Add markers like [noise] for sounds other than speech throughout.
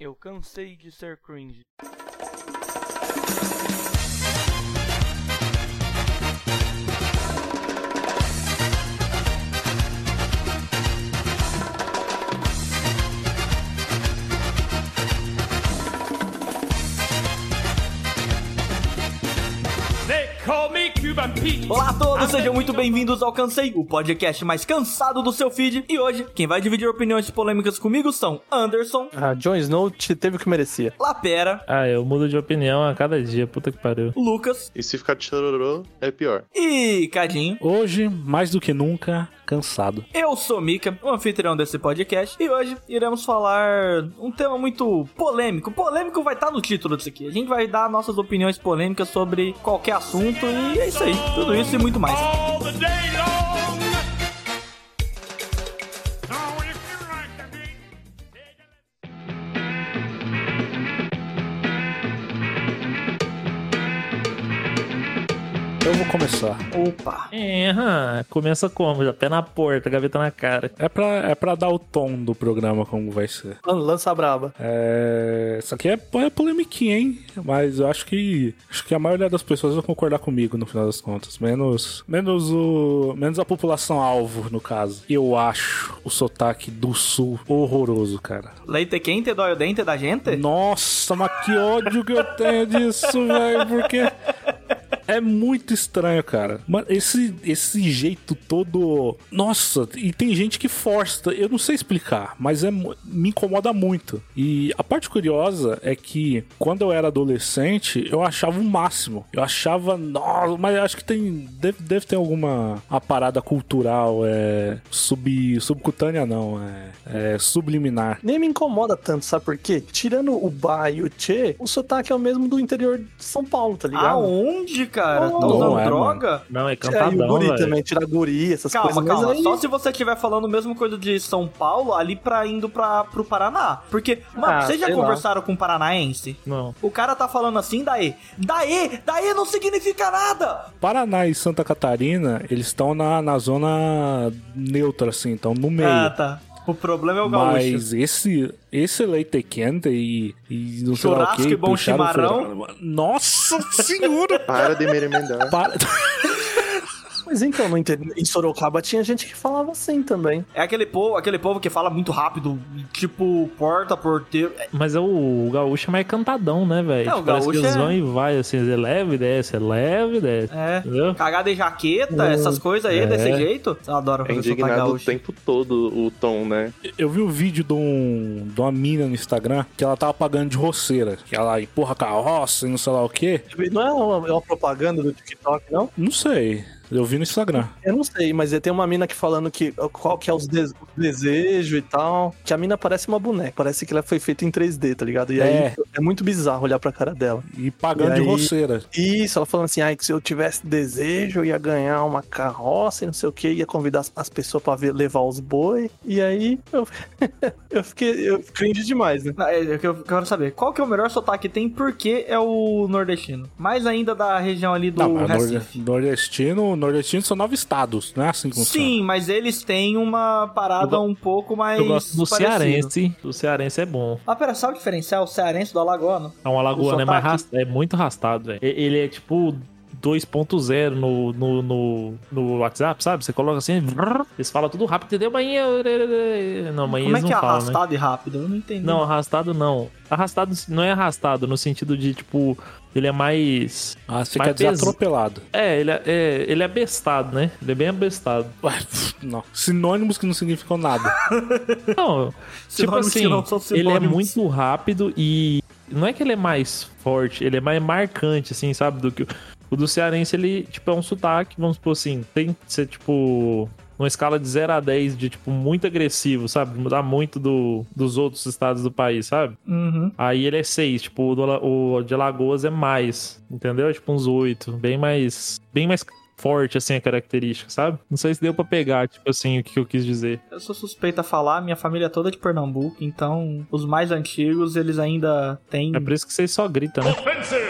Eu cansei de ser cringe. Olá a todos, sejam muito bem-vindos ao Cansei, o podcast mais cansado do seu feed. E hoje, quem vai dividir opiniões polêmicas comigo são Anderson, Ah, Jon Snow te teve o que merecia. Lapera, É. Ah, eu mudo de opinião a cada dia, puta que pariu. Lucas E se ficar de chororô, é pior. e Cadinho. Hoje, mais do que nunca, cansado. Eu sou Mika, o anfitrião desse podcast, e hoje iremos falar um tema muito polêmico. Polêmico vai estar no título disso aqui. A gente vai dar nossas opiniões polêmicas sobre qualquer assunto e é isso aí. Tudo isso e muito mais. Eu vou começar. Opa! É, ah, começa como? Já pé na porta, gaveta na cara. É pra, é pra dar o tom do programa, como vai ser. Lan- Lança a braba. É, isso aqui é, é polemiquinha, hein? Mas eu acho que acho que a maioria das pessoas vão concordar comigo no final das contas. Menos, menos, o, menos a população alvo, no caso. Eu acho o sotaque do sul horroroso, cara. Leite quente dói o dente da gente? Nossa, mas que ódio que eu tenho disso, velho, porque é muito estranho, cara. Mano, esse, esse jeito todo. Nossa, e tem gente que força, eu não sei explicar, mas é, mu- me incomoda muito. E a parte curiosa é que quando eu era adolescente, eu achava o máximo. Eu achava, nossa, mas eu acho que tem. Deve, deve ter alguma a parada cultural, é. Sub, subcutânea, não, é. é subliminar. Nem me incomoda tanto, sabe por quê? Tirando o Ba e o Che, o sotaque é o mesmo do interior de São Paulo, tá Ah, ligado? Aonde, cara? Tá Não usando é, droga? Não, é É, e o cantadão, guri velho. também, tirar guri, essas Calma, coisas. calma. Mas aí, Só se você estiver falando a mesma coisa de São Paulo ali pra indo pra, pro Paraná. Porque, mano, Ah, vocês já sei lá. conversaram com um paranaense? Não. O cara tá falando assim, daí. Daí! Daí não significa nada! Paraná e Santa Catarina, eles estão na, na zona neutra, assim, então no meio. Ah, tá. O problema é o gaúcho. Mas esse, esse leite quente e, e não sei lá o Churrasco que, e bom puxaram o chimarrão. feijão. Nossa [laughs] senhora! Para de me [laughs] remendar. Para... mas então, no interior, em Sorocaba tinha gente que falava assim também. É aquele povo, aquele povo que fala muito rápido, tipo porta, porteiro. É, Mas é o, o gaúcho é mais cantadão, né, velho? É, o Parece gaúcho que eles é- vão e vai, assim, é leve e desce, é leve e desce. É. Entendeu? Cagada e jaqueta, essas coisas aí, é. desse jeito. Eu adoro É fazer sotaque indignado o gaúcho. tempo todo o tom, né? Eu vi um vídeo de, um, de uma mina no Instagram que ela tava pagando de roceira. Que ela empurra carroça e não sei lá o que. Não é uma, é uma propaganda do TikTok, não? Não sei. Eu vi no Instagram. Eu não sei, mas tem uma mina que falando que qual que é os des- o desejo e tal. Que a mina parece uma boneca, parece que ela foi feita em 3D, tá ligado? E aí É. é muito bizarro olhar pra cara dela. E pagando E de aí- roceira. Isso, ela falando assim, ai, que se eu tivesse desejo, eu ia ganhar uma carroça e não sei o que, ia convidar as- as pessoas pra ver- levar os boi. E aí eu, [laughs] eu fiquei eu cringe demais, né? Não, é, é que Eu quero saber, qual que é o melhor sotaque que tem e por que é o nordestino? Mais ainda da região ali do Não, mas Recife. norde- nordestino, nordestino são nove estados, não é assim que funciona. Sim, mas eles têm uma parada Eu go- um pouco mais. Eu gosto do parecida. cearense. O cearense é bom. Ah, pera, sabe diferenciar o cearense do alagoano? É um alagoano, é, mais sotaque. rast... é muito arrastado, velho. E- Ele é tipo 2.0 no, no, no, no WhatsApp, sabe? Você coloca assim, vrrr, eles falam tudo rápido, entendeu? Manhã. Não, manhã Como é eles que é não falam, né? arrastado e rápido? Eu não entendi. Não, arrastado não. Arrastado não é arrastado, no sentido de, tipo, ele é mais. Ah, você Mas quer dizer pesa- atropelado. É, ele é, é- ele é bestado, né? Ele é bem abestado. Ué, pff, não. Sinônimos que não significam [laughs] nada. Não, tipo Sinônimos que assim, não são ele é sinônimos. muito rápido e não é que ele é mais forte, ele é mais marcante, assim, sabe? Do que o- o do cearense, ele, tipo, é um sotaque, vamos supor assim, tem que ser, tipo, numa escala de 0 a 10, de, tipo, muito agressivo, sabe? Mudar muito do, dos outros estados do país, sabe? Uhum. Aí ele é 6, tipo, o, do Ala- o de Alagoas é mais, entendeu? É tipo uns 8, bem mais, bem mais forte, assim, a característica, sabe? Não sei se deu pra pegar, tipo assim, o que eu quis dizer. Eu sou suspeita a falar, minha família é toda de Pernambuco, então os mais antigos eles ainda têm É por isso que vocês só gritam, né?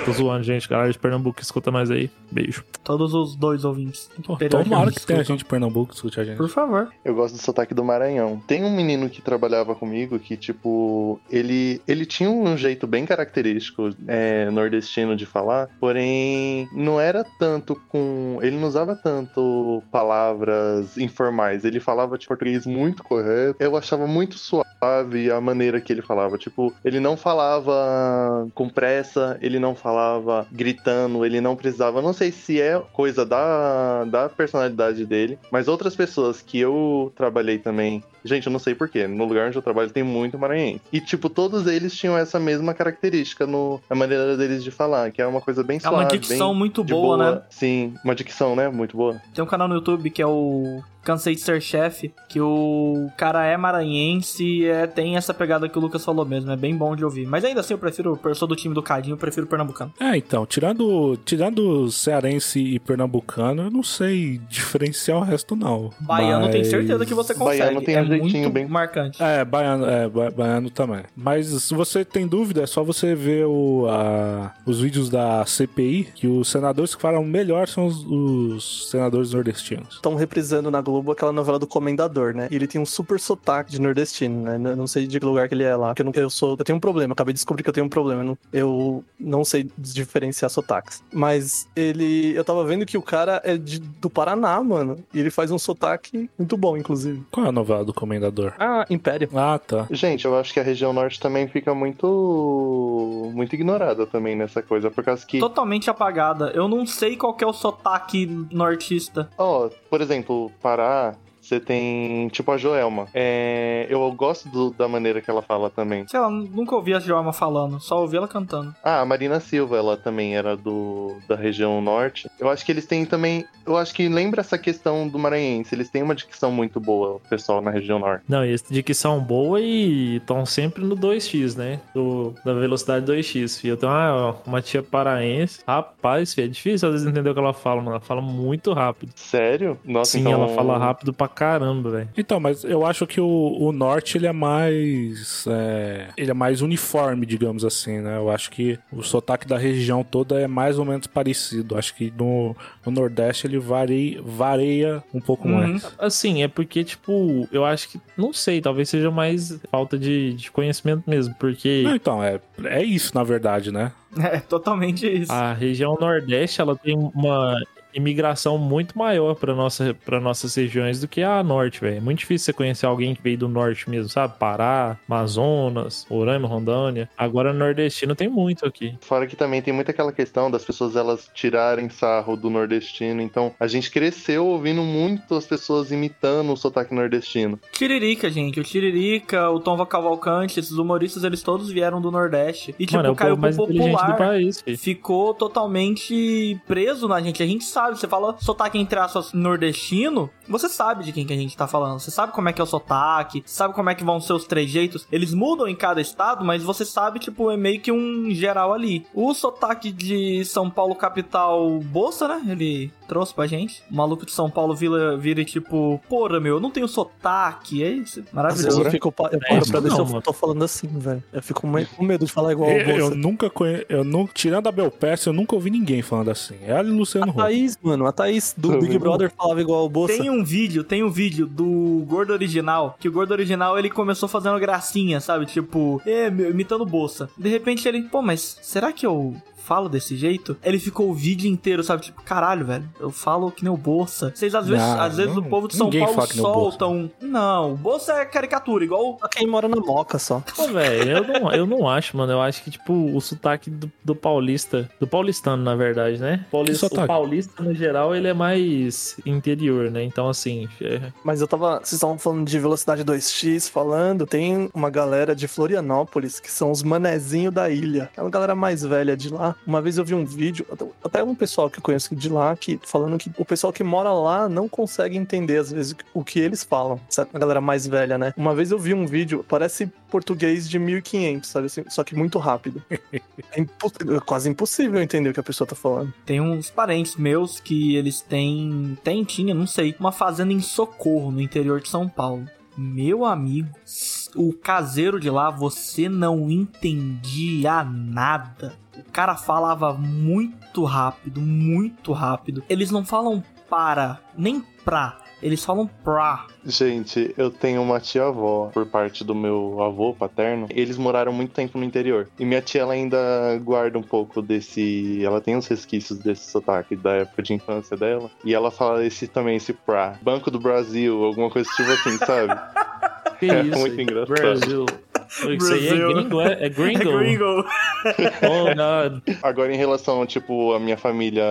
Tô zoando, gente. Galera de Pernambuco que escuta nós aí. Beijo. todos os dois ouvintes. Pô, Perdão, Tomara gente, que tenha desculpa. gente de Pernambuco que escute a gente. Por favor. Eu gosto do sotaque do Maranhão. Tem um menino que trabalhava comigo que, tipo, ele, ele tinha um jeito bem característico é, nordestino de falar, porém não era tanto com. Ele não usava tanto palavras informais. Ele falava de português muito correto. Eu achava muito suave a maneira que ele falava. Tipo, ele não falava com pressa, ele não falava gritando, ele não precisava. Não sei se é coisa da, da personalidade dele, mas outras pessoas que eu trabalhei também. Gente, eu não sei porquê. No lugar onde eu trabalho tem muito maranhense. E, tipo, todos eles tinham essa mesma característica no, na maneira deles de falar, que é uma coisa bem É suave. uma dicção bem muito de boa, né? Sim, uma dicção, né? Muito boa. Tem um canal no YouTube que é o Cansei de Ser Chefe, que o cara é maranhense e é, tem essa pegada que o Lucas falou mesmo. É bem bom de ouvir. Mas ainda assim, eu prefiro, eu sou do time do Cadinho, eu prefiro o pernambucano. É, então, tirando, tirando cearense e pernambucano, eu não sei diferenciar o resto, não. Baiano Mas- tem certeza que você consegue. Baiano tem é um jeitinho muito bem- marcante. É, baiano, é, ba- baiano também. Mas se você tem dúvida, é só você ver o, a- os vídeos da CPI, que os senadores que falam melhor são os, os senadores nordestinos. Estão reprisando na Globo aquela novela do Comendador, né? E ele tem um super sotaque de nordestino, né? Eu não sei de que lugar que ele é lá. Que eu, não- eu sou. Eu tenho um problema. Acabei de descobrir que eu tenho um problema. Eu não, eu não sei diferenciar sotaques. Mas ele. Eu tava vendo que o cara é de- do Paraná, mano. E ele faz um sotaque muito bom, inclusive. Qual é a novela do Comendador? Ah, Império. Ah, tá. Gente, eu acho que a região norte também fica muito. muito ignorada também nessa coisa, por causa que. Totalmente apagada. Eu não sei qual que é o sotaque nortista. Ó, por exemplo, Pará, você tem tipo a Joelma. É, eu gosto do- da maneira que ela fala também. Sei lá, nunca ouvi a Joelma falando, só ouvi ela cantando. [laughs] Ah, a Marina Silva, ela também era do da região norte. Eu acho que eles têm também. Eu acho que lembra essa questão do maranhense. Eles têm uma dicção muito boa, o pessoal na região norte. Não, e esse de que são boa e estão sempre no 2x, né? Do, da velocidade 2x. E eu tenho uma, uma tia paraense. Rapaz, filho, é difícil às vezes entender o que ela fala, mano. Ela fala muito rápido. Sério? Nossa, Sim, então- ela fala rápido pra caramba, velho. Então, mas eu acho que o, o norte ele é mais é, ele é mais uniforme, digamos assim, né? Eu acho que o sotaque da região toda é mais ou menos parecido. Acho que no, no nordeste ele varia, varia um pouco Uhum. mais. Assim, é porque, tipo, eu acho que. Não sei, talvez seja mais falta de, de conhecimento mesmo. Porque Não, então é é isso na verdade, né? É totalmente Ah. isso. A região Nordeste, ela tem uma imigração muito maior para nossa, pra nossas regiões do que a Norte, velho. É muito difícil você conhecer alguém que veio do Norte mesmo, sabe? Pará, Amazonas, Roraima, Rondônia. Agora, nordestino tem muito aqui. Fora que também tem muito aquela questão das pessoas elas tirarem sarro do nordestino. Então, a gente cresceu ouvindo muito as pessoas imitando o sotaque nordestino. Tiririca, gente. O Tiririca, o Tom Cavalcante, esses humoristas, eles todos vieram do Nordeste. E, tipo, Mano, é o caiu povo pro mais inteligente do popular. país, filho. Ficou totalmente preso na gente. A gente sabe, você fala sotaque entre aspas nordestino, você sabe de quem que a gente tá falando. Você sabe como é que é o sotaque, sabe como é que vão ser os trejeitos. Eles mudam em cada estado, mas você sabe, tipo, é meio que um geral ali. O sotaque de São Paulo capital bolsa, né? Ele trouxe pra gente. O maluco de São Paulo vira, vira e, tipo, porra, meu, eu não tenho sotaque. É isso. Às vezes Maravilhoso. eu fico. pa- Eu É, paro pra não, ver se mano. eu tô falando assim, velho. Eu fico me- com medo de falar igual ao Eu, eu Bolsa. nunca conhe... eu não tirando a Belpeça, eu nunca ouvi ninguém falando assim. Ela e Luciano A Huck. Thaís, mano, a Thaís do Big Brother falava igual ao Bolsa. Tem um vídeo, tem um vídeo do Gordo Original, que o Gordo Original ele começou fazendo gracinha, sabe? Tipo, é, meu, imitando bolsa. De repente ele, pô, mas será que eu falo desse jeito? Ele ficou o vídeo inteiro, sabe? Tipo, caralho, velho, eu falo que nem o bolsa. Vocês às vezes, Não, às vezes não, o povo de São ninguém Paulo fala que nem o Bolsa. solta um. Não, o bolsa é caricatura, igual. Só quem mora na Moca só. Pô, velho, eu não, eu não acho, mano. Eu acho que, tipo, o sotaque do, do paulista, do paulistano, na verdade, né? Paulista, sotaque? o paulista, no geral, ele é mais interior, né? Então, assim, [laughs] é- Mas eu tava. Vocês estavam falando de velocidade 2x, falando. Tem uma galera de Florianópolis que são os manezinhos da ilha. É uma galera mais velha de lá. lá. Uma vez eu vi um vídeo, até- até um pessoal que eu conheço de lá, que falando que o pessoal que mora lá não consegue entender, às vezes, o que eles falam. Sabe? A galera mais velha, né? Uma vez eu vi um vídeo, parece português de 1500, sabe assim? Só que muito rápido. É, impo- é quase impossível entender o que a pessoa tá falando. Tem uns parentes meus que eles têm. Tem, tinha, não sei. Uma fazenda em Socorro, no interior de São Paulo. Meu amigo, s- o caseiro de lá, você não entendia nada. O cara falava muito rápido, muito rápido. Eles não falam para, nem pra. Eles falam pra. Gente, eu tenho uma tia-avó por parte do meu avô paterno. Eles moraram muito tempo no interior. E minha tia ela ainda guarda um pouco desse. Ela tem uns resquícios desse sotaque da época de infância dela. E ela fala esse também, esse pra. Banco do Brasil, alguma coisa tipo assim, sabe? Que É isso? muito aí? engraçado. Brasil. Isso aí é Brasil. gringo, [laughs] é, é gringo. gringo. Oh, não. Agora, em relação, tipo, a minha família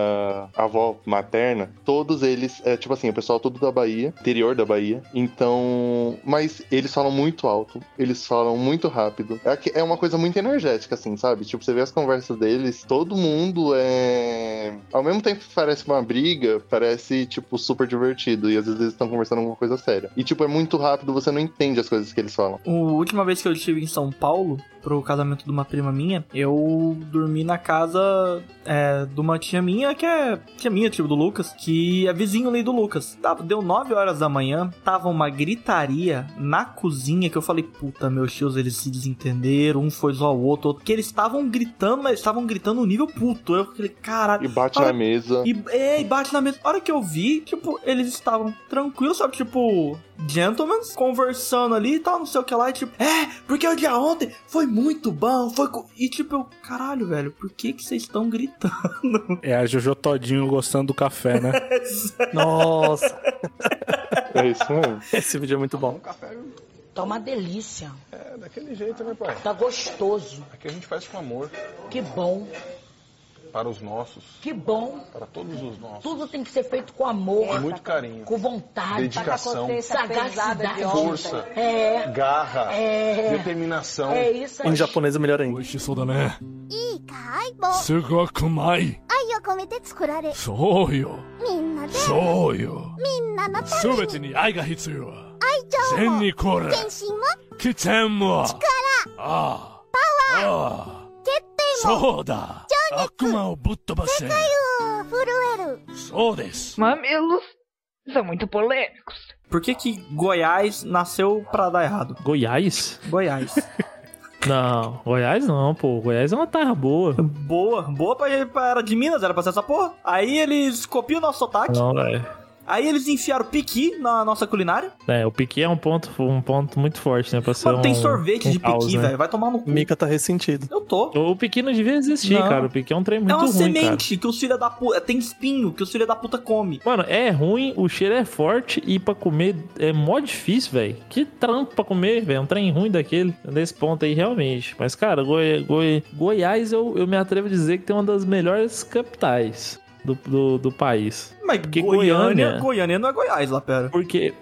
avó materna, todos eles, é, tipo assim, o pessoal todo da Bahia, interior da Bahia. Então. Mas eles falam muito alto, eles falam muito rápido. É, que- é uma coisa muito energética, assim, sabe? Tipo, você vê as conversas deles, todo mundo é. Ao mesmo tempo que parece uma briga, parece, tipo, super divertido. E às vezes eles estão conversando alguma coisa séria. E, tipo, é muito rápido, você não entende as coisas que eles falam. A última vez que eu estive em São Paulo, pro casamento de uma prima minha, eu dormi na casa é, de uma tia minha, que é tia minha, tipo do Lucas, que é vizinho ali do Lucas. Tava- Deu 9 horas da manhã, tava uma gritaria na cozinha que eu falei, puta, meus tios, eles se desentenderam, um foi zoar o outro, outro. que eles estavam gritando, mas estavam gritando no nível puto. Eu falei, caralho. E bate Olha- na mesa. E, é, e bate na mesa. A hora que eu vi, tipo, eles estavam tranquilos, sabe? Tipo, gentlemen, conversando ali e tal, não sei o que lá. E tipo, é, porque o dia ontem foi muito bom, foi... co-" E tipo, eu, caralho, velho, por que que vocês estão gritando? É a Jojo Todinho gostando do café, né? Nossa, É isso mesmo. [laughs] esse vídeo é muito bom. Tá uma delícia. É daquele jeito, né, pai? Tá gostoso. Aqui a gente faz com amor. Que bom. Para os nossos, Que bom. para todos os nossos. Tudo tem que ser feito com amor. Com muito carinho. Com vontade. Dedicação. Sagacidade. Força. É. Garra. É. Determinação. É isso Em aí. japonês é melhor ainda. 味しそうだね。いいかいぼすごくうまい。愛を込めて作られそうよ。みんなでそうよ。みんなのためすべてに愛が必要。愛情善もにこれ。献身も起点も。力。ああ。パワー。決定もそうだ。悪魔をぶっ飛ばせ。うー震えるそうです。 Mamilos são muito polêmicos. Por que que Goiás nasceu pra dar errado? Goiás? [laughs] Goiás. Não, Goiás não, pô. Goiás é uma terra boa. boa, boa pra, pra- era de Minas, era pra ser essa porra. Aí eles copiam o nosso sotaque, Não, velho. aí eles enfiaram piqui na nossa culinária. É, o Piqui é um ponto, um ponto muito forte, né? Pra ser Mano, tem um- sorvete um de caos, piqui, né? velho, vai tomar no cu. Mika tá ressentido. Eu tô. O Piqui não devia existir, Não. cara. O Piqui é um trem muito é uma ruim, cara. semente que os filha da puta. Tem espinho que os filha da puta come. Mano, é ruim, o cheiro é forte e pra comer é mó difícil, velho. Que trampo pra comer, velho. É um trem ruim daquele, nesse ponto aí, realmente. Mas, cara, Goi- Goi- Goiás, eu, eu me atrevo a dizer que tem uma das melhores capitais do, do, do país. Mas Porque Goiânia, Goiânia- Goiânia não é Goiás lá, pera. Porque,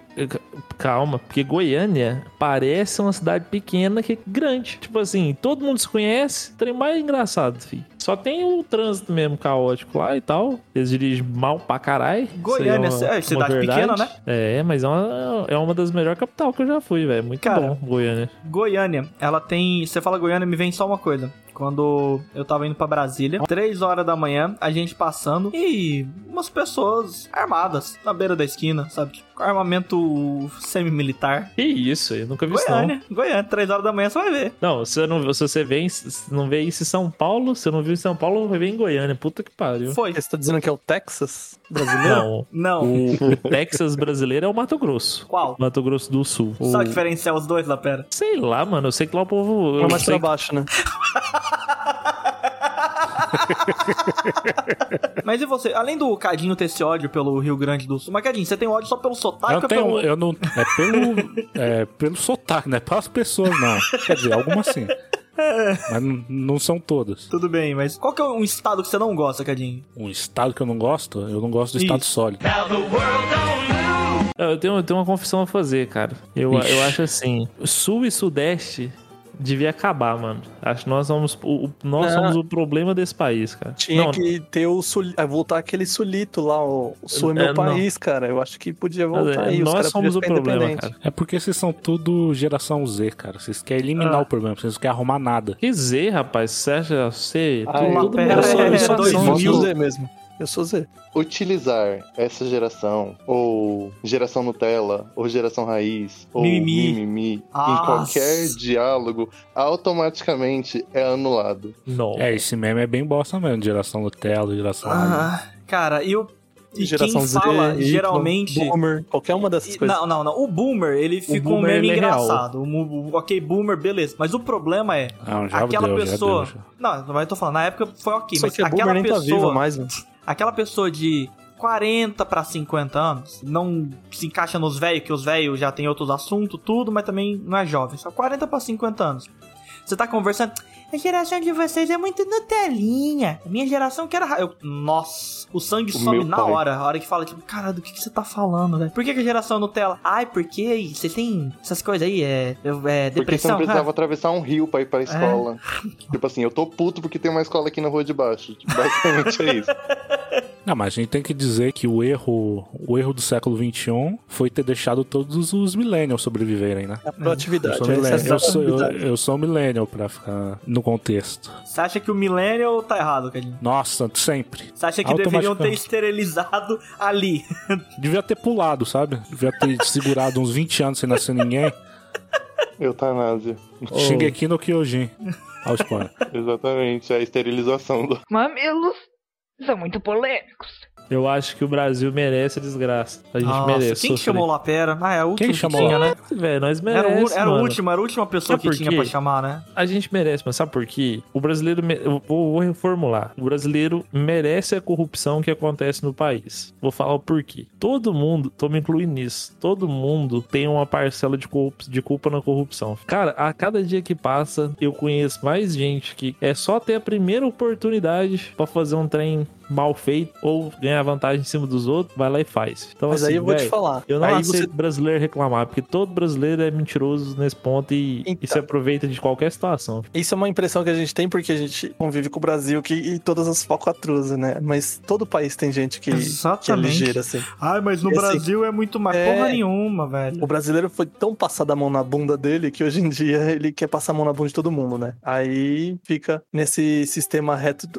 calma, porque Goiânia parece uma cidade pequena que é grande. Tipo assim, todo mundo se conhece, trem mais engraçado, filho. Só tem o trânsito mesmo caótico lá e tal. Eles dirigem mal pra caralho. Goiânia Isso aí é cidade pequena, né? É, mas é uma, é uma das melhores capital que eu já fui, velho. Muito Cara, bom, Goiânia. Goiânia, ela tem. Você fala Goiânia, me vem só uma coisa. Quando eu tava indo pra Brasília, três horas da manhã, a gente passando e umas pessoas armadas na beira da esquina, sabe? Tipo, com armamento semi-militar. Que isso, eu nunca vi isso não. Goiânia, Goiânia, três horas da manhã você vai ver. Não, se, eu não, se você vê, em- se não vê isso em São Paulo, se eu não viu em São Paulo, vai ver em Goiânia. Puta que pariu. Foi. Você tá dizendo que é o Texas brasileiro? Não, Não. o, o Texas brasileiro é o Mato Grosso. Qual? Mato Grosso do Sul. O- Sabe diferenciar é os dois lá, pera? Sei lá, mano. Eu sei que lá o povo. Pra Eu mais sei pra que- baixo, né? Mas e você? Além do Cadinho ter esse ódio pelo Rio Grande do Sul, mas Cadinho, você tem ódio só pelo sotaque Eu, ou tenho, pelo... eu não. É pelo, é pelo sotaque, não é pelas pessoas, não. Quer dizer, algumas sim. Mas n- não são todas. Tudo bem, mas qual que é um estado que você não gosta, Cadinho? Um estado que eu não gosto, eu não gosto do estado Isso. sólido. Eu tenho, eu tenho uma confissão a fazer, cara. Eu, Ixi. eu acho assim: Sul e Sudeste devia acabar, mano. Acho que nós somos o, o- nós Não. somos o problema desse país, cara. Tinha não, que ter o sul... ah, voltar aquele sulito lá, o o Sul é meu É, não. país, cara. Eu acho que podia voltar é, aí. os nós caras somos podiam o ficar problema, independentes. cara. É porque vocês são tudo geração Z, cara. Vocês querem eliminar Ah. o problema, vocês não querem arrumar nada. Que Z, rapaz? Você acha C? Ah, eu- mundo pera, é só é, geração dois de- mil. Eu sou Z mesmo. Eu sou Z. Utilizar essa geração, ou geração Nutella, ou geração raiz, ou Mimimi. mimimi, Nossa. em qualquer diálogo, automaticamente é anulado. Não. É, esse meme é bem bosta mesmo. Geração Nutella, geração. Ah, cara, e, o, e Geração quem fala Z, Y, geralmente... Boomer, qualquer uma dessas E- coisas. Não, não, não. O Boomer, ele ficou um Boomer, meme ele é engraçado. O mu- o- ok, Boomer, beleza. Mas o problema é, Não, já aquela deu, já pessoa... deu, já. Não, não vai tô falando. Na época foi ok, Só mas que a aquela Boomer nem tá pessoa... viva mais, mano. aquela pessoa de 40 pra 50 anos, não se encaixa nos velhos, que os velhos já tem outros assuntos, tudo, mas também não é jovem. Só 40 pra 50 anos. Você tá conversando. A geração de vocês é muito Nutelinha. A minha geração que era. ra-" Eu, nossa, o sangue O some meu na pai. hora. A hora que fala, tipo, cara, do que, que você tá falando, velho? Por que, que a geração é Nutella? Ai, porque vocês têm essas coisas aí, é, é Porque você depressão. não ah, precisava atravessar um rio pra ir pra escola. Tipo assim, eu tô puto porque tem uma escola aqui na rua de baixo. Basicamente é [laughs] isso. Não, mas a gente tem que dizer que o erro, o erro do século XXI foi ter deixado todos os millennials sobreviverem, né? É a proatividade. Eu é sou, a millennial, eu, sou, eu, exceção. eu sou millennial pra ficar no contexto. Você acha que o Millennial tá errado, Cadinho? Nossa, sempre. Você acha que deveriam ter Automaticamente. esterilizado ali? Devia ter pulado, sabe? Devia [laughs] ter segurado uns 20 anos sem nascer ninguém. Eutanásia. Oh. Cheguei aqui no Kyojin. Olha o spoiler. Exatamente, é a esterilização do. Mamilos são muito polêmicos. Eu acho que o Brasil merece a desgraça. A gente merece. Quem que sofrer. chamou o Lapera? Ah, é o último Quem chamou que tinha, lá? né? É, velho, nós Era, o- merecemos. era o mano. último, era a última pessoa Sabe que por tinha quê? pra chamar, né? A gente merece, mas sabe por quê? O brasileiro. me- Eu vou, vou reformular. O brasileiro merece a corrupção que acontece no país. Vou falar o porquê. Todo mundo, tô me incluindo nisso, todo mundo tem uma parcela de, corrup- de culpa na corrupção. Cara, a cada dia que passa, eu conheço mais gente que é só ter a primeira oportunidade pra fazer um trem mal feito ou ganhar vantagem em cima dos outros, vai lá e faz. Então, Mas aí assim, eu vou te véi, falar. Eu não aí aceito brasileiro reclamar, porque todo brasileiro é mentiroso nesse ponto e, e Então. se aproveita de qualquer situação. Isso é uma impressão que a gente tem porque a gente convive com o Brasil que, e todas as falcatruas, né? Mas todo país tem gente que, que é Exatamente. ligeira, assim. Ai, mas Esse- é muito mais É. nenhuma, velho. O brasileiro foi tão passado a mão na bunda dele que hoje em dia ele quer passar a mão na bunda de todo mundo, né? Aí fica nesse sistema retro-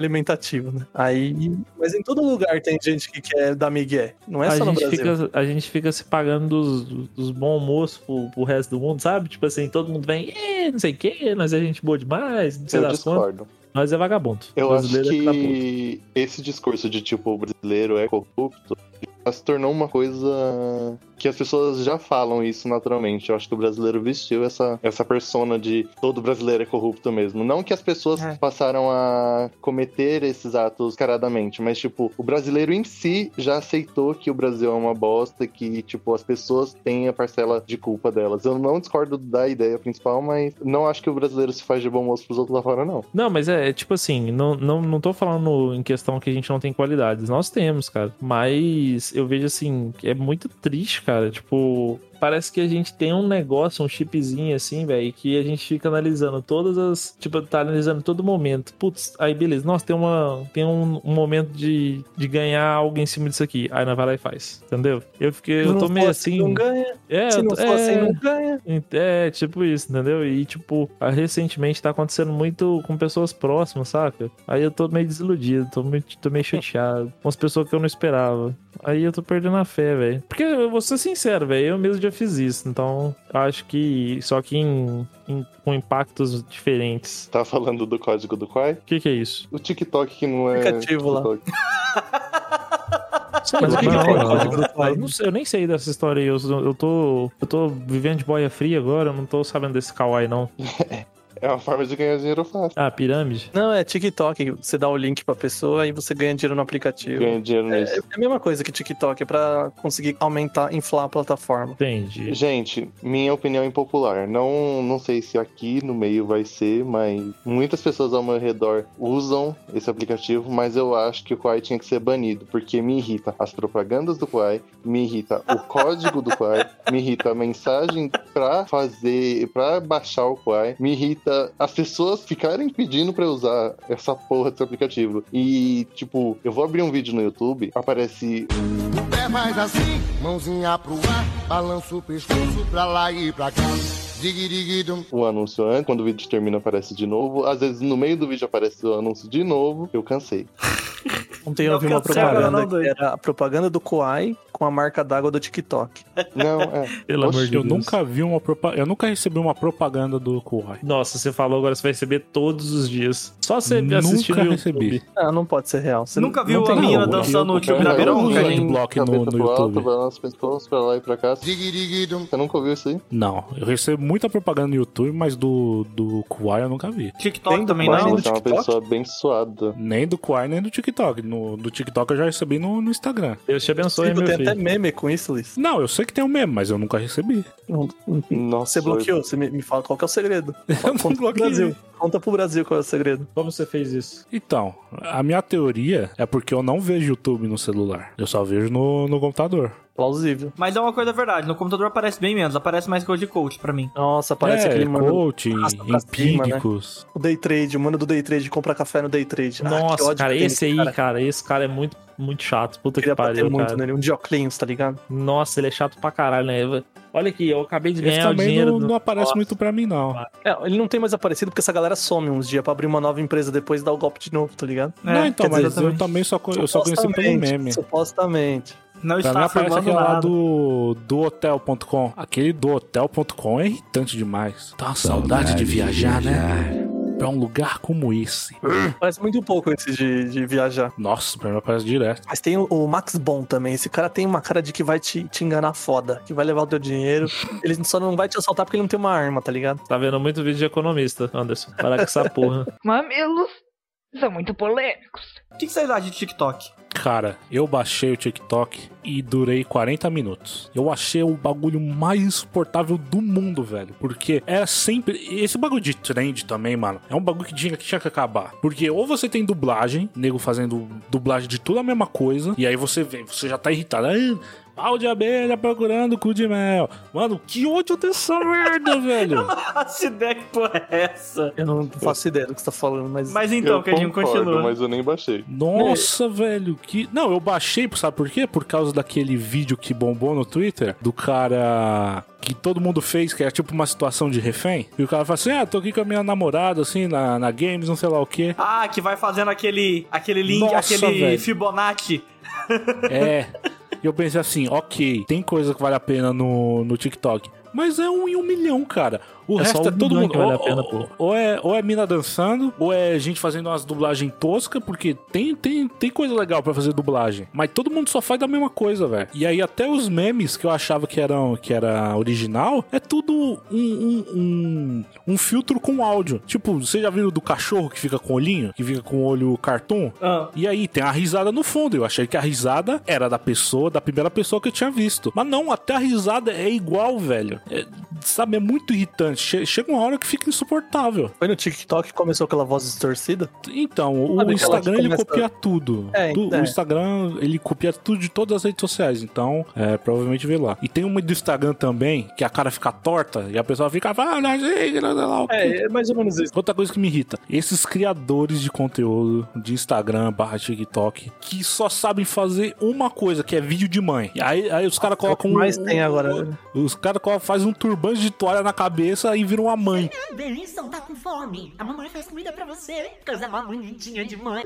retroalimentativo, né? Aí. Mas em todo lugar tem gente que quer dar migué. Não é a, só no gente Brasil. fica, a gente fica se pagando dos, dos bons moços pro, pro resto do mundo, sabe? Tipo assim, todo mundo vem, "É, não sei o quê, nós é gente boa demais, não sei Eu das quantas. discordo. Nós é vagabundo. Eu acho Brasileiro é vagabundo. que esse discurso de tipo o brasileiro é corrupto já se tornou uma coisa que as pessoas já falam isso naturalmente. Eu acho que o brasileiro vestiu essa, essa persona de todo brasileiro é corrupto mesmo. Não que as pessoas É. passaram a cometer esses atos caradamente, mas tipo, o brasileiro em si já aceitou que o Brasil é uma bosta, que tipo, as pessoas têm a parcela de culpa delas. Eu não discordo da ideia principal, mas não acho que o brasileiro se faz de bom moço pros outros lá fora, não. Não, mas é, é tipo assim, não, não, não tô falando em questão que a gente não tem qualidades. Nós temos, cara. Mas eu vejo assim, que é muito triste, cara. Tipo, parece que a gente tem um negócio, um chipzinho assim, velho, que a gente fica analisando todas as. Tipo, tá analisando todo momento. Putz, aí beleza, nossa, tem, uma, tem um, um momento de, de ganhar algo em cima disso aqui. Aí nós vai lá e faz, entendeu? Eu fiquei, Se eu não tô meio for assim. Não ganha. é, Se eu não tô- for assim, é, não ganha. é, tipo isso, entendeu? E, tipo, ah, recentemente tá acontecendo muito com pessoas próximas, saca? Aí eu tô meio desiludido, tô meio, tô meio chateado. Umas pessoas que eu não esperava. Aí eu tô perdendo a fé, velho. Porque eu vou ser sincero, velho, eu mesmo já fiz isso. Então, acho que. Só que em- em- com impactos diferentes. Tá falando do código do Quai? O que, que é isso? O TikTok que não é. Aplicativo lá. TikTok. Mas é o que Ah, não, que foi o não, código do pai? Eu não sei, eu nem sei dessa história aí. Eu, eu tô. Eu tô vivendo de boia fria agora, eu não tô sabendo desse kawaii, não. É uma forma de ganhar dinheiro fácil. Ah, pirâmide? Não, é TikTok. Você dá o link pra pessoa e você ganha dinheiro no aplicativo. Ganha dinheiro É, nisso. é a mesma coisa que TikTok, é pra conseguir aumentar, inflar a plataforma. Entendi. Gente, minha opinião é impopular. Não, não sei se aqui no meio vai ser, mas muitas pessoas ao meu redor usam esse aplicativo, mas eu acho que o Quai tinha que ser banido, porque me irrita as propagandas do Quai, me irrita o código do Quai, me irrita a mensagem pra fazer, pra baixar o Quai, me irrita as pessoas ficarem pedindo pra eu usar essa porra desse aplicativo. E, tipo, eu vou abrir um vídeo no YouTube, aparece O pé faz assim, mãozinha pro ar, balança o pescoço pra lá e pra cá. Digirigidum. o anúncio antes, quando o vídeo termina aparece de novo, às vezes no meio do vídeo aparece o anúncio de novo, eu cansei. Ontem eu Não vi uma cancela, propaganda não, doido. que era a propaganda do Koai com a marca d'água do TikTok. Não, [laughs] é. Pelo Oxe, amor de Eu Deus. nunca vi uma propaganda. Eu nunca recebi uma propaganda do Kuai. Nossa, você falou agora, você vai receber todos os dias. Só você Nunca assistir no YouTube. recebi. Ah, não pode ser real. Você Nunca viu tem a como, mina né? dançando no Eu time da não Verão? uso uso um cara? ainda. adblock no- É, cabeça no pro Alto, YouTube. balança as pessoas pra lá e pra cá. Você nunca ouviu isso aí? Não, eu recebo muita propaganda no YouTube, mas do, do Kuai eu nunca vi. TikTok também Mas não? você é uma pessoa abençoada. Nem do Kuai, nem do TikTok. No, do TikTok eu já recebi no, no Instagram. Deus te abençoe, Tipo, é meu tem filho. até meme com isso, Liz. Não, eu sei que tem o mesmo, mas eu nunca recebi. Você Nossa, bloqueou, você me, me fala qual que é o segredo. [laughs] Eu não Conta pro bloqueei. Brasil. Conta pro Brasil qual é o segredo. Como você fez Ah, isso? Então, a minha teoria é porque eu não vejo YouTube no celular. Eu só vejo no, no computador. Plausível. Mas é uma coisa verdade, no computador aparece bem menos, aparece mais coisa de coach pra mim. Nossa, parece é, aquele mano coach, arrasta pra cima, né? empíricos. do day trade, o mano do day trade compra café no day trade. Ah, que Nossa, ódio cara, que tem esse aí, cara. esse cara é muito, muito chato. Puta que Queria bater pariu, muito cara. nele, um Dioclinhos, tá ligado? Nossa, ele é chato pra caralho, né? Olha aqui, eu acabei de Esse ganhar o também dinheiro. não, do- não aparece Nossa. muito pra mim, não. É, ele não tem mais aparecido porque essa galera some uns dias pra abrir uma nova empresa depois e dar o golpe de novo, tá ligado? não, É, então, quer dizer, mas eu também só, co- eu só conheci pelo Supostamente, meme. Supostamente. Não tá Pra está mim afirmando aparece aquele é lá nada. do, do hotel.com. Aquele do hotel.com é irritante demais. Tá uma saudade, de viajar, né? Pra um lugar como esse. Parece muito pouco esse de, de viajar. Nossa, pra mim aparece direto. Mas tem o, o Max Bon também. Esse cara tem uma cara de que vai te, te enganar foda, que vai levar o teu dinheiro. Ele só não vai te assaltar porque ele não tem uma arma, tá ligado? Tá vendo muito vídeo de economista, Anderson. Para com essa porra. [laughs] Mamilos são muito polêmicos. O que que vocês acham de TikTok? [laughs] Cara, eu baixei o TikTok e durei 40 minutos. Eu achei o bagulho mais insuportável do mundo, velho. Porque era sempre. Esse bagulho de trend também, mano. É um bagulho que tinha que, tinha que acabar. Porque ou você tem dublagem, nego fazendo dublagem de tudo a mesma coisa, e aí você vê, você já tá irritado. Aí, pau de abelha procurando cu de mel. Mano, que ódio dessa merda, [laughs] velho. Nossa ideia que porra é essa? Eu não faço ideia do que você tá falando, mas. Mas então, eu Cadinho, concordo, continua. mas eu nem baixei. Nossa, velho, que. Não, eu baixei, sabe por quê? Por causa daquele vídeo que bombou no Twitter do cara que todo mundo fez, que era tipo uma situação de refém. E o cara fala assim: ah, tô aqui com a minha namorada, assim, na, na Games, não sei lá o quê. Ah, que vai fazendo aquele, aquele link, Nossa, aquele velho. Fibonacci. É. E eu pensei assim, ok, tem coisa que vale a pena no, no TikTok. Mas é um em um milhão, cara. O É resto só é um todo milhão mundo. que vale a ou, pena, ou- pô. ou é, ou é mina dançando, ou é gente fazendo umas dublagens toscas, porque tem, tem, tem coisa legal pra fazer dublagem. Mas todo mundo só faz da mesma coisa, velho. E aí até os memes que eu achava que eram que era original, é tudo um, um, um, um filtro com áudio. Tipo, você já viu do cachorro que fica com olhinho? Que fica com o olho cartoon? Ah, E aí tem a risada no fundo. Eu achei que a risada era da pessoa, da primeira pessoa que eu tinha visto. Mas não, até a risada é igual, velho. É, sabe, é muito irritante. Che- Chega uma hora que fica insuportável. Foi no TikTok que começou aquela voz distorcida? Então, o Sabe aquela Instagram que ele começa- copia tudo. É, Tu- é. O Instagram ele copia tudo de todas as redes sociais. Então, é, provavelmente vê lá. E tem uma do Instagram também que a cara fica torta e a pessoa fica. "Ah, não sei, não sei lá o quê." É, é mais ou menos isso. Outra coisa que me irrita, esses criadores de conteúdo de Instagram barra TikTok que só sabem fazer uma coisa, que é vídeo de mãe. E Aí, aí os caras colocam Mas um- tem agora. né? Os caras colocam- fazem um turbante de toalha na cabeça e viram uma mãe. Benção, tá com fome. A mamãe faz comida pra você. Coisa mais bonitinha de mãe.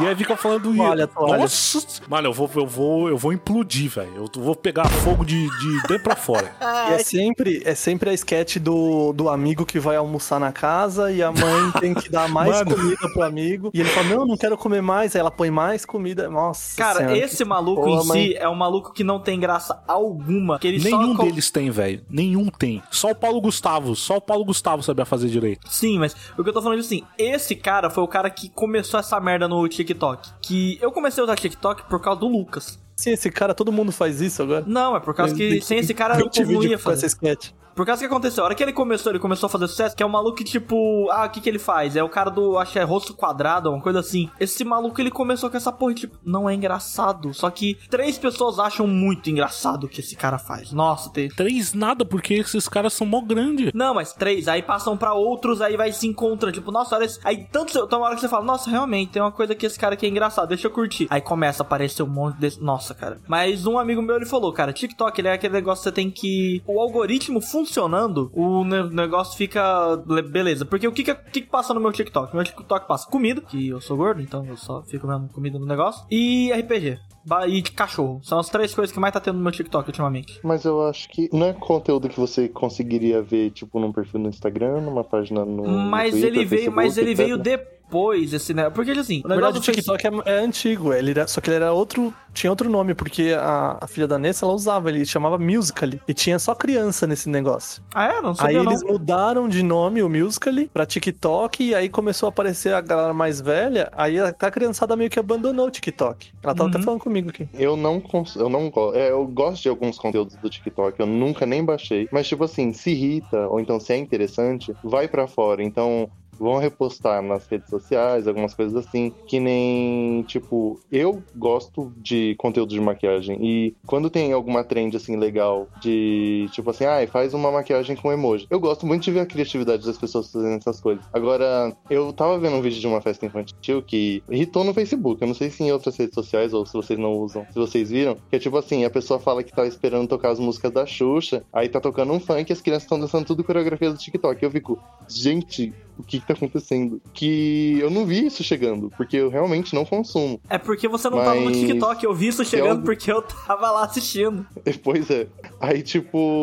E aí fica falando Olha, olha. Nossa! Mano, eu vou, eu vou, eu vou implodir, velho. Eu vou pegar fogo de, de dentro pra [laughs] fora. E é sempre, é sempre a sketch do, do amigo que vai almoçar na casa e a [laughs] mãe tem que dar mais Mano. comida pro amigo. E ele fala, não, não quero comer mais. Aí ela põe mais comida. Nossa Cara, senhora. esse maluco Porra, em mãe. si é um maluco que não tem graça alguma. Que ele Nenhum só co- deles tem, velho. Nenhum tem. Só o Paulo Gustavo. Só o Paulo Gustavo sabia fazer direito. Sim, mas o que eu tô falando é assim, esse cara foi o cara que começou essa merda no TikTok. Que eu comecei a usar TikTok por causa do Lucas. Sim, esse cara, todo mundo faz isso agora. Não, é por causa que sem esse cara 20 o povo não vídeo ia com essa fazer. sketch. Por causa que aconteceu, a hora que ele começou, ele começou a fazer sucesso, que é um maluco que, tipo, ah, o que que ele faz? É o cara do, acho que é rosto quadrado, uma coisa assim. Esse maluco, ele começou com essa porra, tipo, não é engraçado. Só que três pessoas acham muito engraçado o que esse cara faz. Nossa, tem... Três nada, porque esses caras são mó grande. Não, mas três, aí passam pra outros, aí vai se encontrando. Tipo, nossa, olha esse... Aí tanto então, uma hora que você fala, nossa, realmente, tem uma coisa que esse cara aqui é engraçado, deixa eu curtir. Aí começa a aparecer um monte desse. Nossa, cara. Mas um amigo meu ele falou, cara, TikTok, ele é aquele negócio que você tem que. O algoritmo funcionando, o ne- negócio fica. le- Beleza. Porque o que que, o que que passa no meu TikTok? Meu TikTok passa comida, que eu sou gordo, então eu só fico comendo comida no negócio. E RPG. ba- E de cachorro. São as três coisas que mais tá tendo no meu TikTok ultimamente. Mas eu acho que não é conteúdo que você conseguiria ver, tipo, num perfil no Instagram, numa página no. no Mas Twitter, ele veio, Facebook, mas ele etc. veio depois esse negócio. Porque assim, o Na verdade, negócio do o TikTok. TikTok é, é antigo, ele era- só que ele era outro. Tinha outro nome, porque a, a filha da Nessa ela usava, ele chamava Musical.ly. E tinha só criança nesse negócio. Ah, é? Não aí sabia não. eles mudaram de nome o Musical.ly pra TikTok, e aí começou a aparecer a galera mais velha. Aí a, a criançada meio que abandonou o TikTok. Ela tava Uhum. até falando comigo aqui. Eu não cons... eu não gosto. É, eu gosto de alguns conteúdos do TikTok, eu nunca nem baixei. Mas, tipo assim, se irrita, ou então se é interessante, vai pra fora. Então. Vão repostar nas redes sociais, algumas coisas assim, que nem, tipo, eu gosto de conteúdo de maquiagem. E quando tem alguma trend, assim, legal, de tipo assim, ah, faz uma maquiagem com emoji. Eu gosto muito de ver a criatividade das pessoas fazendo essas coisas. Agora, eu tava vendo um vídeo de uma festa infantil que irritou no Facebook. Eu não sei se em outras redes sociais ou se vocês não usam, se vocês viram, que é tipo assim, a pessoa fala que tá esperando tocar as músicas da Xuxa, aí tá tocando um funk e as crianças estão dançando tudo coreografia do TikTok. Eu fico, gente, o que que tá acontecendo? Que eu não vi isso chegando, porque eu realmente não consumo. [laughs] É porque você não tava no Mas- é um TikTok. Eu vi isso chegando algo- porque eu tava lá assistindo. Pois é. Aí,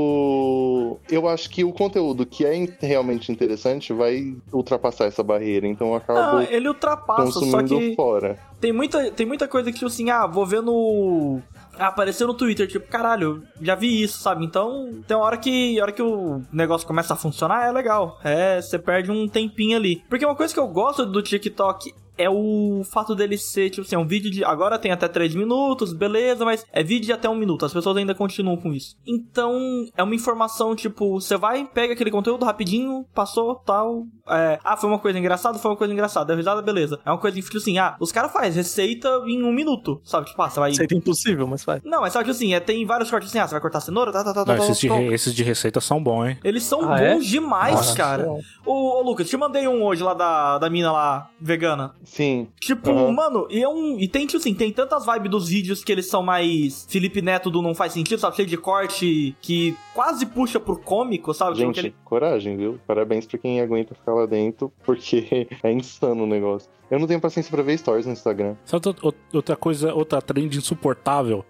tipo, eu acho que o conteúdo que é in- realmente interessante vai ultrapassar essa barreira. Então eu Não, acabo Ah, ele ultrapassa, só consumindo que. fora. Tem muita, tem muita coisa que, tipo assim, ah, vou ver no. Ah, apareceu no Twitter, tipo, caralho, já vi isso, sabe? Então, tem uma hora que, a hora que o negócio começa a funcionar, é legal. É, você perde um tempinho ali. Porque uma coisa que eu gosto do TikTok é o fato dele ser, tipo assim, é um vídeo de. Agora tem até 3 minutos, beleza, mas é vídeo de até um minuto. As pessoas ainda continuam com isso. Então, é uma informação, tipo, você vai, pega aquele conteúdo rapidinho, passou, tal. é, ah, foi uma coisa engraçada, foi uma coisa engraçada, deu risada, beleza. É uma coisa que, tipo assim, ah, os caras fazem receita em um minuto, sabe? Tipo, ah, você vai. Isso aí é impossível, mas vai. Não, mas sabe que assim, é, tem vários cortes assim, ah, você vai cortar cenoura, tá, tá, tá, Não, tá, tá, esses, de, pronto. re- esses de receita são bons, hein? Eles são Ah, é? bons demais, Nossa. cara. Ô, ô, Lucas, te mandei um hoje lá da, da mina lá, vegana. Sim. Tipo, Aham. mano, e é um. E tem, tipo assim, tem tantas vibes dos vídeos que eles são mais Felipe Neto do Não Faz Sentido, sabe? Cheio de corte que quase puxa pro cômico, sabe? Tipo, Gente, aquele- coragem, viu? Parabéns pra quem aguenta ficar lá dentro, porque [laughs] é insano o negócio. Eu não tenho paciência pra ver stories no Instagram. Sabe outra- outra- outra coisa, outra trend insuportável?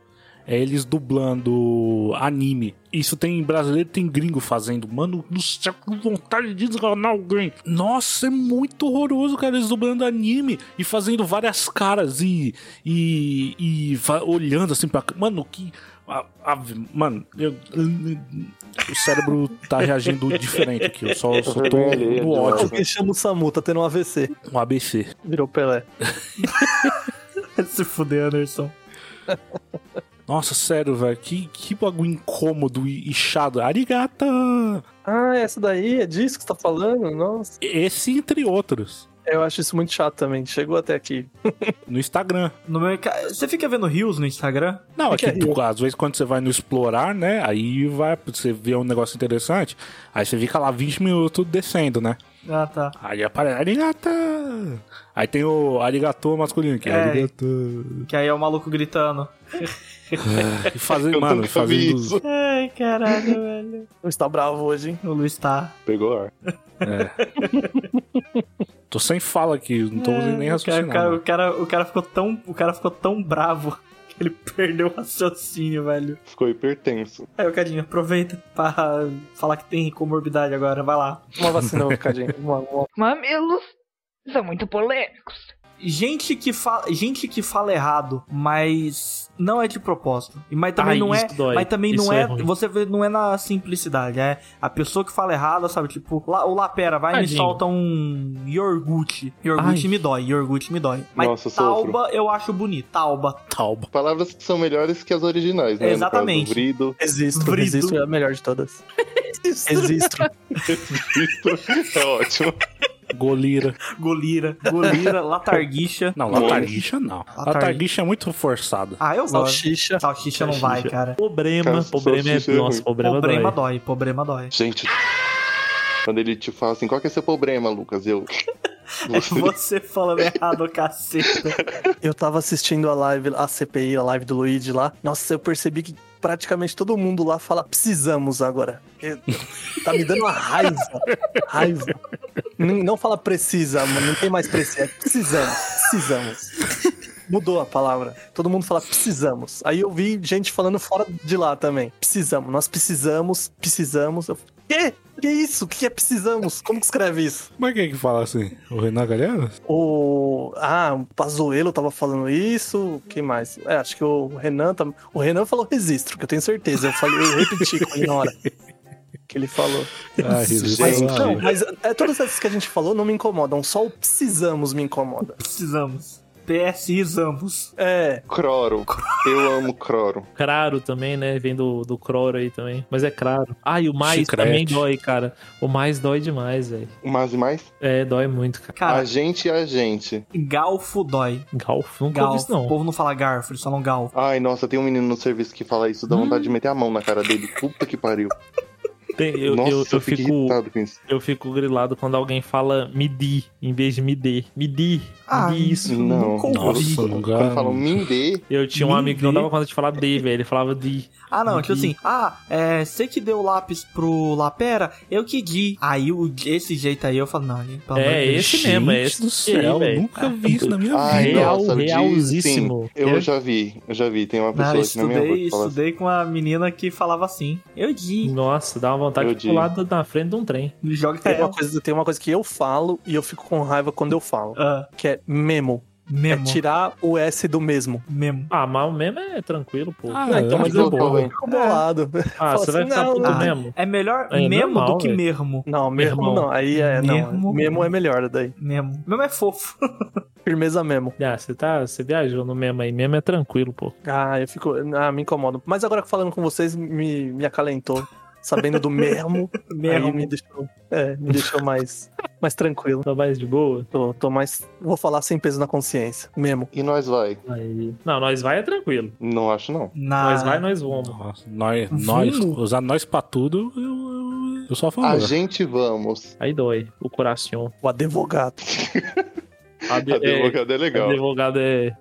É eles dublando anime. Isso tem brasileiro, tem gringo fazendo. [laughs] Mano do céu, que vontade de desganar alguém. Nossa, é muito horroroso, cara. Eles dublando anime e fazendo várias caras e. e. e va- olhando assim pra. Mano, que. a- ave- mano, eu- o cérebro tá reagindo diferente aqui. Eu só, eu só tô Vergonha alheia demais. no ódio. Uhum. Alguém chama o Samu, tá tendo um AVC. Um ABC. Virou Pelé. Se fuder, Anderson. Nossa, sério, velho. Que, que bagulho incômodo e, e chato. Arigata! Ah, essa daí é disso que você tá falando? Nossa. Esse, entre outros. Eu acho isso muito chato também. Chegou até aqui. No Instagram. No meu... ca- Você fica vendo rios no Instagram? Não, é Que que, que é tu- às vezes quando você vai no explorar, né? Aí vai, você vê um negócio interessante. Aí você fica lá 20 minutos descendo, né? Ah, tá. Aí aparece Arigata! Aí tem o Arigato masculino, que é, É. Arigato. Que aí é o maluco gritando. E fazendo, Eu mano, nunca vi fazendo. isso. Ai, caralho, velho. tá. Não está bravo hoje, hein? O Luiz tá. Pegou ar. Tô sem fala aqui, não tô conseguindo nem É, né? o cara, raciocinar. o, cara, o, cara, o cara ficou tão, o cara ficou tão bravo [laughs] que ele perdeu o raciocínio, velho. Ficou hipertenso. Aí, ô, Cadinho, aproveita pra falar que tem comorbidade agora, vai lá. Uma vacina, Cadinho. Uma, uma... Mamilos são muito polêmicos. Gente que fala, gente que fala errado, mas não é de propósito. E Mas também Ai, não é, isso dói. mas também Isso não é, é ruim. você vê, não é na simplicidade, é a pessoa que fala errado, sabe, tipo, lá, o Lapera vai e me Tadinho. solta um iogurte. Iogurte Ai. me dói, iogurte me dói. Mas Nossa, sofro. Tauba eu acho bonito, Tauba. Talba. Palavras que são melhores que as originais, né? No caso do Exatamente. Vrido. Existro. Vrido. Existro é a melhor de todas. [laughs] Existro. é ótimo. Golira. [laughs] Golira, [laughs] Golira, Latarguixa. Não, latarguixa não. Latarguixa é muito forçada. Ah, eu gosto. Salsicha. Salsicha não vai, Salsicha. cara. Problema, Cara, problema é. salsicha é ruim. Nossa, problema, Problema problema dói, problema dói. [laughs] Gente, quando ele te fala assim, qual que é seu problema, Lucas? Eu. É você falando errado, caceta. Eu tava assistindo a live, a CPI, a live do Luigi lá. Nossa, eu percebi que praticamente todo mundo lá fala precisamos agora. Eu- tá me dando uma raiva. Raiva. N- Não fala precisa, mano. Não tem mais precisa. É precisamos. Precisamos. Mudou a palavra. Todo mundo fala precisamos. Aí eu vi gente falando fora de lá também. Precisamos. Nós precisamos. Precisamos. Eu, Quê? Que isso? O que é precisamos? Como que escreve isso? Mas quem é que fala assim? O Renan Galhano? O. Ah, o Pazuello tava falando isso. Quem mais? É, acho que o Renan tá... O Renan falou registro, que eu tenho certeza. Eu falei, eu repeti com ele na hora. Que ele falou. Ah, Mas, Jesus. não, mas é, todas essas que a gente falou não me incomodam, só o precisamos me incomoda. Precisamos. Precisamos. É, Croro. Eu amo Croro. Craro também, né? Vem do, do Croro aí também. Mas é claro. Ah, e o mais Chiclete. também dói, cara. O mais dói demais, velho. Mas e mais? É, dói muito, cara. Cara, A gente é a gente. galfo dói. Galfo, nunca ouvi Galfo. isso, O não. povo não fala garfo, eles falam galfo. Ai, nossa, tem um menino no serviço que fala isso, dá vontade de meter a mão na cara dele. Puta que pariu. Tem- eu, nossa, eu, eu fiquei fico, irritado com isso. eu fico grilado quando alguém fala me di, em vez de me dê. Me di, Ah, me di isso. Não. nunca ouvi. Nossa, não Quando falam cara. me dê, Eu tinha um Me amigo que não dê. dava conta de falar dê, velho. Ele falava di. Ah, não, tipo Entendi. assim, ah, é, você que deu o lápis pro Lapera, eu que di. Aí, o, esse jeito aí, eu falo, não, Ah, gente, pelo amor de É Deus. esse mesmo, é esse do daí, céu. velho. nunca vi isso na minha Ai, vida. Real, nossa, de- realzíssimo. sim. Eu Eu- já vi, eu já vi. Tem uma pessoa Não, eu aqui na minha rua estudei, que fala assim. estudei com uma menina que falava assim. Eu di. Nossa, dá uma vontade Eu de pular digo. do- na frente de um trem. Joga tem, ela. uma coisa, tem uma coisa que eu falo e eu fico com raiva quando eu falo, Ah, que é memo. memo. É tipo- tirar o S do mesmo. Memo. Ah, mas o mesmo é tranquilo, pô. Ah, Ah, então, é mas de eu boa. fico bolado. Ah, Fala você vai assim, ficar não, puto não. mesmo? É melhor É memo normal, do que velho. mermo. Não, mesmo Irmão. não. Aí é, Memo. não. Memo é melhor daí. Memo. Memo é fofo. [laughs] Firmeza mesmo. Ah, você tá. Você viajou no mesmo aí. Mesmo é tranquilo, pô. Ah, eu fico. Ah, me incomodo. Mas agora falando com vocês, me, me acalentou. Sabendo do [laughs] mesmo, aí me Memo. deixou, é, me deixou mais, mais tranquilo. Tá mais de boa. Tô, tô mais. Vou falar sem peso na consciência. Mesmo. assim, E nós vai? Aí. Não, nós vai é tranquilo. Não acho não. Na... Nós vai, nós vamos. Nossa, nós, nós, Vamos? usar nós pra tudo, eu, eu, eu sou a favor. A gente vamos. Aí dói. O [laughs] coração. O advogado. A advogada é legal. Advogado é.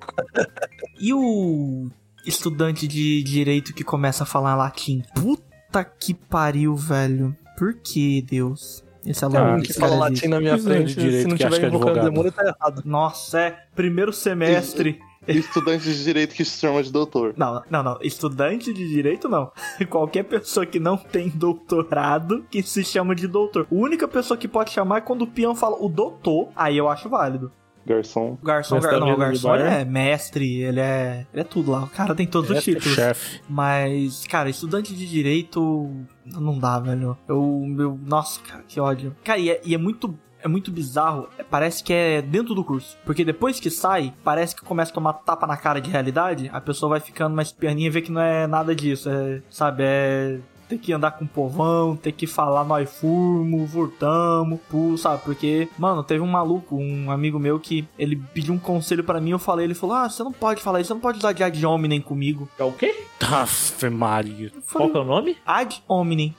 E o estudante de direito que começa a falar latim? Puta que pariu, velho. Por que, Deus? Esse aluno Um que fala cara latim existe. na minha Pois é, de frente. Se Ah, direito não que acha que tiver é invocando advogado. demônio, tá errado. Nossa, é. Primeiro semestre. [laughs] Estudante de direito que se chama de doutor. Não, não, não. Estudante de direito, não. [laughs] Qualquer pessoa que não tem doutorado que se chama de doutor. A única pessoa que pode chamar é quando o peão fala o doutor. Aí eu acho válido. Garçom. O garçom, Mas tá gar... não, o vendo de garçom bar? ele é mestre, ele é. Ele é tudo lá. O cara tem todos os títulos. Chefe. Mas, cara, estudante de direito não dá, velho. Eu, meu, nossa, cara, que ódio. Cara, e é, e é muito é muito bizarro. É, Parece que é dentro do curso, porque depois que sai, parece que começa a tomar tapa na cara de realidade. A pessoa vai ficando mais pianinha e vê que não é nada disso, é, sabe? É ter que andar com o povão, ter que falar nós furmo, furtamo, pu, sabe? Porque, mano, teve um maluco, um amigo meu que ele pediu um conselho pra mim, eu falei, ele falou: "Ah, você não pode falar isso, você não pode usar de ad hominem comigo". É o quê? Aff, Maria. Eu falei, Qual que é o nome? Ad hominem.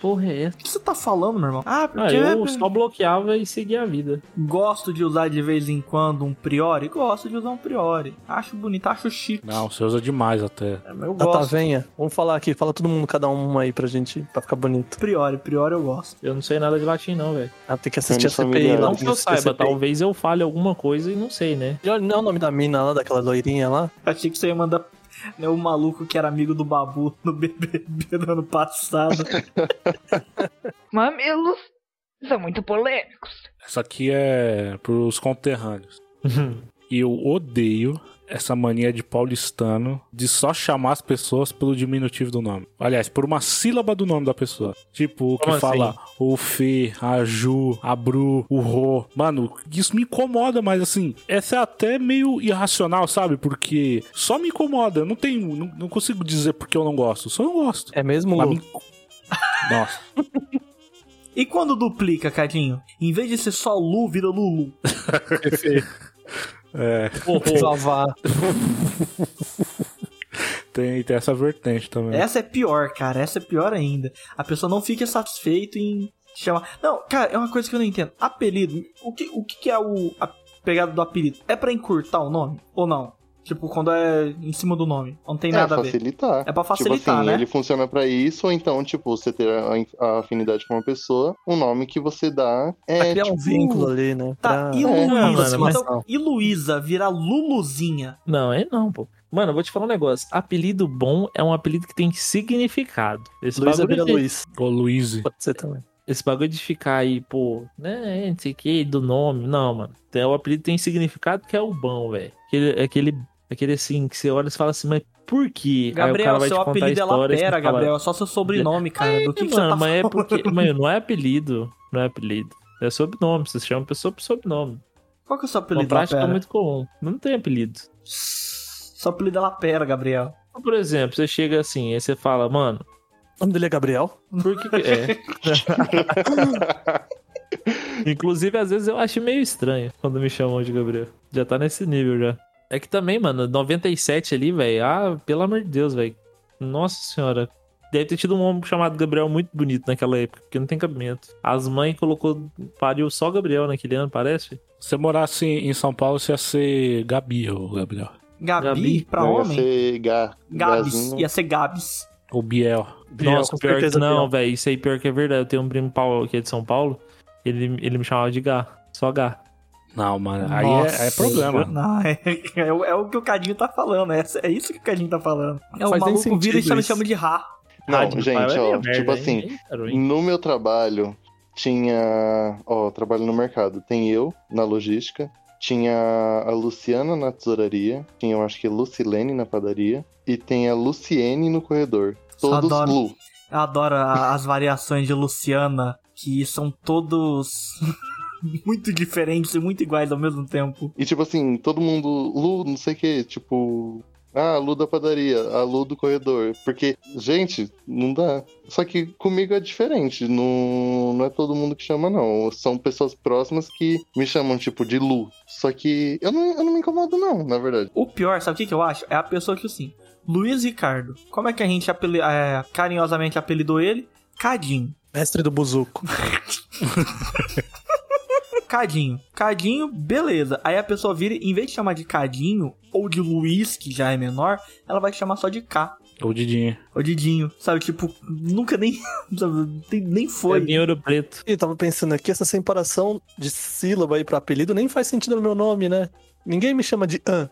porra é essa? O que você tá falando, meu irmão? Ah, Ah, porque eu eu só bloqueava e seguia a vida. gosto de usar de vez em quando um priori. Gosto de usar um priori. Acho bonito, acho chique. Não, você usa demais até. É, mas eu A gosto. tavenha. Tá, Vamos falar aqui, fala todo mundo, cada um aí pra gente, pra ficar bonito. Priori, priori eu gosto. Eu não sei nada de latim, não, velho. Ah, tem que assistir a Sendo CPI familiar. lá. Não tem que eu assistir a saiba, CPI. talvez eu fale alguma coisa e não sei, né? tá? E olha, Não é o nome da mina lá, daquela loirinha lá. Achei que você ia mandar né, o maluco que era amigo do Babu no [laughs] BBB do ano passado. Mamilos são muito polêmicos. Essa aqui é pros [laughs] conterrâneos. E eu odeio essa mania de paulistano de só chamar as pessoas pelo diminutivo do nome. Aliás, por uma sílaba do nome da pessoa. Tipo, o que Como assim? fala o Fê, a Ju, a Bru, o Rô. Mano, isso me incomoda, mas assim, essa é até meio irracional, sabe? Porque só me incomoda. Eu não tenho, não, não consigo dizer porque eu não gosto. Só não gosto. É mesmo, Mas Lu? [laughs] me inco- Nossa. e quando duplica, Cadinho? Em vez de ser só Lu, vira Lulu. É, [laughs] Vavá. tem, tem essa vertente também. Essa é pior, cara. Essa é pior ainda. A pessoa não fica satisfeita em chamar. Não, cara, é uma coisa que eu não entendo. Apelido, o que, o que que é o a pegada do apelido? É pra encurtar o nome ou não? Tipo, quando é em cima do nome. Não tem nada a ver. facilitar. É pra tipo facilitar, assim, né? ele funciona pra isso, ou então, tipo, você ter a, a afinidade com uma pessoa, o nome que você dá Pra é. criar um tipo, vínculo ali, né? Pra- Tá, e é, Luísa? mano, mas então, não. e Luísa virar Luluzinha? Não, é não, pô. Mano, eu vou te falar um negócio. Apelido bom é um apelido que tem significado. Esse Luiz é bagulho vira de- Luiz. Ô, Luiz. Pode ser também. esse bagulho de ficar aí, pô, né, não sei o que, do nome. Não, mano. Tem, o apelido tem significado que é o bom, velho. Aquele, aquele, aquele assim, que você olha e fala assim, mas por quê? Aí Gabriel, vai seu te contar a apelido é história e você Lapera, fala, Gabriel. É só seu sobrenome, cara. Do que, que você mano, tá mas é falando? porque. Mano, não é apelido. Não é apelido. É sobrenome. Você chama a pessoa por sobrenome. [laughs] Qual que é o seu Uma apelido prática Lapera? muito comum. Não tem apelido. Seu apelido é Lapera, Gabriel. Então, Por exemplo, você chega assim, aí você fala, mano, O nome dele é Gabriel? por que. que- É. [laughs] Inclusive, às vezes eu acho meio estranho quando me chamam de Gabriel. Já tá nesse nível já. É que também, mano, 97 ali, velho. Ah, pelo amor de Deus, velho. Nossa senhora. Deve ter tido um homem chamado Gabriel muito bonito naquela época, porque não tem cabimento. As mães colocou, pariu só Gabriel naquele ano, parece? Se você morasse em São Paulo, você ia ser Gabirro, Gabriel. Gabi, Gabi? pra não, ia homem? ser né, Ga- Gabs. Gazinho. Ia ser Gabs. Ou Biel. Nossa, pior que não, velho. Isso aí pior que é verdade. Eu tenho um primo Paulo que é de São Paulo. Ele, ele me chamava de Gá. Só Gá. Não, mano. Aí Nossa, é, aí é [laughs] problema. Não, é, é o- é o que o Cadinho tá falando. É, é isso que o Cadinho tá falando. É, o Faz nem maluco sentido vira e chama, isso. chama de Ra. Não, Ah, de- gente, é ó, merda, tipo hein? assim, Hein, cara, hein? No meu trabalho, tinha. Ó, eu trabalho no mercado. Tem eu, na logística. Tinha a Luciana na tesouraria. Tinha, eu acho que, Lucilene na padaria. E tem a Luciene no corredor. Todos Adoro. Lu. Eu adoro a- as variações de Luciana, que são todos [laughs] muito diferentes e muito iguais ao mesmo tempo. E, tipo assim, todo mundo. Lu, não sei o que. Tipo. Ah, a Lu da padaria, a Lu do corredor. Porque, gente, não dá. Só que comigo é diferente. Não, não é todo mundo que chama, não. São pessoas próximas que me chamam, tipo, de Lu. Só que eu não, eu não me incomodo, não, na verdade. O pior, sabe o que, que eu acho? É a pessoa que, assim, Luiz Ricardo. Como é que a gente apeli- é, carinhosamente apelidou ele? Cadinho. Mestre do Buzuco. Cadinho. Cadinho, beleza. Aí a pessoa vira, em vez de chamar de Cadinho ou de Luiz, que já é menor, ela vai chamar só de K. Ou Didinho. O Didinho, sabe? Tipo, nunca nem. [laughs] sabe, tem- nem Foi. foi. Em É ouro preto. [laughs] E eu tava pensando aqui, essa separação de sílaba aí pra apelido nem faz sentido no meu nome, né? Ninguém me chama de An.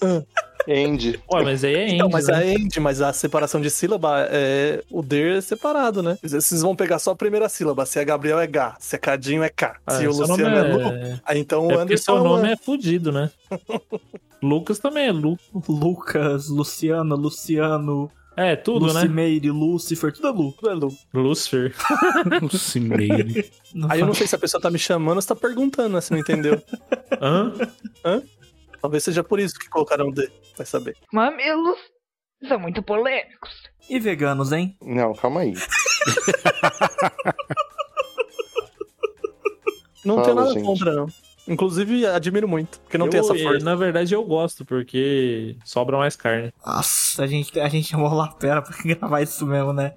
An. Andy. Ué, mas aí é Andy, Não, Então, mas né? a end, mas a separação de sílaba é o der é separado, né? Vocês vão pegar só a primeira sílaba. Se é Gabriel é Gá, se é Cadinho é K, Ah, se o seu nome Luciano é, Lu. é... Aí então É o porque Anderson seu é nome Luan. é [laughs] fudido, né? Lucas também é Lu. Lucas, Luciana, Luciano, É, tudo, né? Lucimeire, Lucifer, tudo é Lu. Tudo é Lu. Lucifer. Lucimeire. Aí eu não sei se a pessoa tá me chamando ou se tá perguntando, né? Se não [laughs] entendeu. Hã? Talvez seja por isso que colocaram o D. Vai saber. Mamilos são muito polêmicos. E veganos, hein? Não, calma aí. Não Fala, tem nada gente. contra, não. Inclusive, admiro muito, porque não Eu- tem essa eh, força. Na verdade, eu gosto, porque sobra mais carne. Nossa, a gente, a gente chamou o Lapera pra [laughs] gravar isso mesmo, né?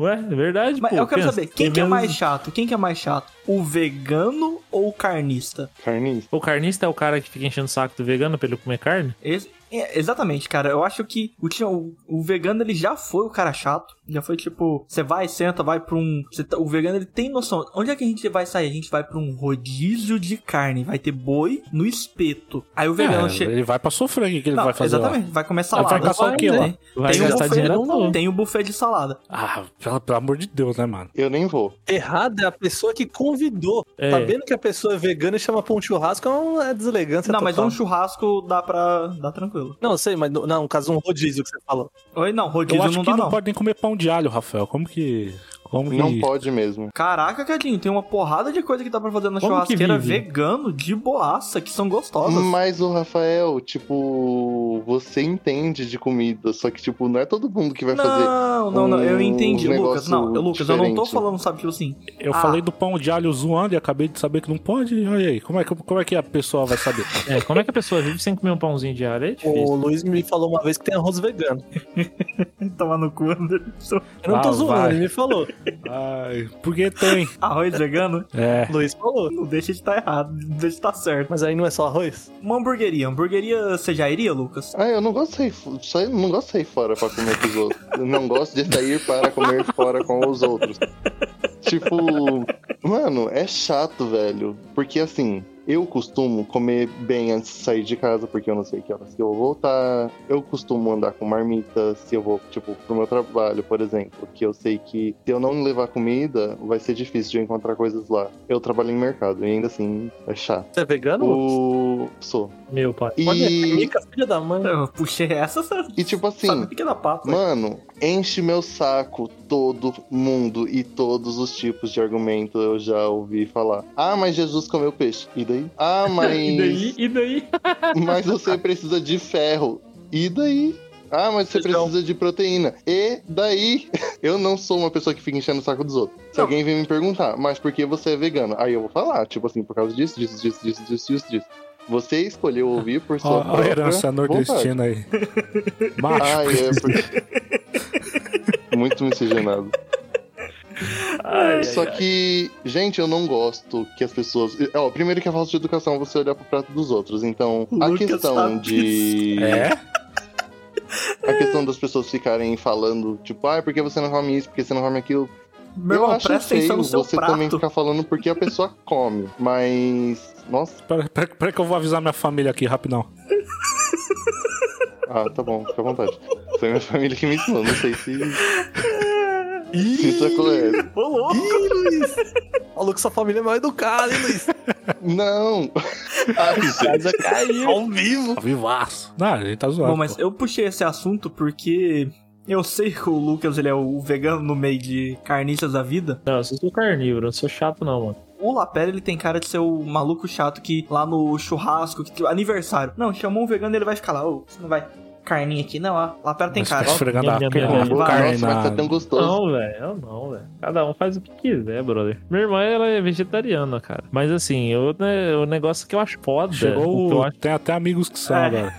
Ué, é verdade, Mas pô. eu quero pensa, saber, quem tem que é menos- mais chato? Quem que é mais chato? O vegano ou o carnista? Carnista. O carnista é o cara que fica enchendo o saco do vegano pra ele comer carne? Esse- é, exatamente, cara. Eu acho que o, tinha- o, o vegano ele já foi o cara chato. Já foi tipo, você vai, senta, vai pra um. você tá- o vegano ele tem noção. Onde é que a gente vai sair? A gente vai pra um rodízio de carne. Vai ter boi no espeto. Aí o vegano É, chega. ele vai pra sofrer, o que, que ele Não, vai fazer lá? exatamente, vai começar Ele lá. vai caçar o quê lá? Tem, Vai tem um gastar buffet, dinheiro à toa. tem um buffet de salada. Ah, pelo, pelo amor de Deus, né, mano? Eu nem vou. Errada é a pessoa que convidou. É. Sabendo que a pessoa é vegana e chama pra um churrasco é uma deselegância não, mas total. um churrasco dá pra. dá tranquilo. Não, sei, mas no, não, no caso, um rodízio que você falou. Oi, não, Eu rodízio acho não que dá, não, não. pode nem comer pão de alho, Rafael. Como que. Como que. Não pode mesmo. Caraca, Cadinho, tem uma porrada de coisa que dá pra fazer na Como que churrasqueira vive? vegano de boaça, que são gostosas. Mas o Rafael, tipo, você entende de comida, só que, tipo, não é todo mundo que vai fazer. Não, não, não, eu um entendi, negócio Lucas. Não, eu, Lucas, eu não tô diferente. falando, sabe, tipo assim. Eu Ah. falei do pão de alho zoando e acabei de saber que não pode. Olha aí, como é, que- como é que a pessoa [laughs] vai saber? É, como é que a pessoa vive sem comer um pãozinho [laughs] de alho? É O difícil. Luiz me falou uma vez que tem arroz vegano. Tomar no cu, Anderson. Eu não tô Ah, zoando, vai. ele me [laughs] falou. Ai, porque tem. Arroz vegano? É. Luiz falou. Não deixa de estar errado, não deixa de estar certo. Mas aí não é só arroz? Uma hamburgueria. Hamburgueria, você já iria, Lucas? Ah, eu não gosto de sair, fo- sair- não gosto de sair fora pra comer com os outros. Eu não gosto de sair para comer fora com os outros. Tipo, mano, é chato, velho. Porque assim, eu costumo comer bem antes de sair de casa, porque eu não sei que horas que eu vou voltar. Eu costumo andar com marmita se eu vou, tipo, pro meu trabalho, por exemplo. Que eu sei que se eu não levar comida, vai ser difícil de eu encontrar coisas lá. Eu trabalho em mercado e ainda assim é chato. Você é vegano? Lucas? O... Sou. Meu pai. Olha, E, Mica, filha da mãe. Eu puxei essa, sabe? e tipo assim, Sabe o que é da pata? Mano, enche meu saco todo mundo e todos os tipos de argumento eu já ouvi falar. Ah, mas Jesus comeu peixe. E daí? Ah, [laughs] mas. E daí? E daí? Mas você precisa de ferro. E daí? Ah, mas você Então- Feijão. precisa de proteína. E daí? [laughs] Eu não sou uma pessoa que fica enchendo o saco dos outros. Se Não. alguém vem me perguntar, mas por que você é vegano? Aí eu vou falar, tipo assim, por causa disso, disso, disso, disso, disso, disso, disso. Você escolheu ouvir por sua Ó, a própria herança vontade. nordestina aí. Macho. Ah, é, Tipo porque... Muito miscigenado. Só que, gente, eu não gosto que as pessoas. Ó, primeiro que é falta de educação você olhar pro prato dos outros. Então, a Lucas questão sabe de. [laughs] É? A questão das pessoas ficarem falando, tipo, ah, por que você não come isso, por que você não come aquilo. Meu eu irmão, acho presta atenção feio no seu você prato. também ficar falando porque a [laughs] pessoa come. Mas. Nossa. Pera, pera- pera que eu vou avisar minha família aqui rapidão. Ah, tá bom, fica à vontade. Foi minha família que me ensinou, não sei se. se isso é correto. Ô, louco! Ih, Luiz! [laughs] Falou que sua família é mal educada, hein, [laughs] É, Luiz? Não! Ai, gente. Casa caiu. Ao vivo. Vivaço. Não, ele tá zoando. Bom, mas pô. eu puxei esse assunto porque eu sei que o Lucas ele é o vegano no meio de carniças da vida. Não, eu sou carnívoro, não sou chato, não, mano. O Lapera ele tem cara de ser o maluco chato que lá no churrasco, que, aniversário. Não, chamou um vegano ele vai ficar lá. Ô, você não vai carninha aqui, não. ó. Lapera tem Mas cara. tá esfregando a Minha- carne, minha- Nossa, carne mas tá na- tão gostoso. Não, velho, eu não, velho. Cada um faz o que quiser, brother. Minha irmã, ela é vegetariana, cara. Mas assim, eu, né, o negócio que eu acho foda. Chegou que eu o... acho- Tem até amigos que são, É. velho.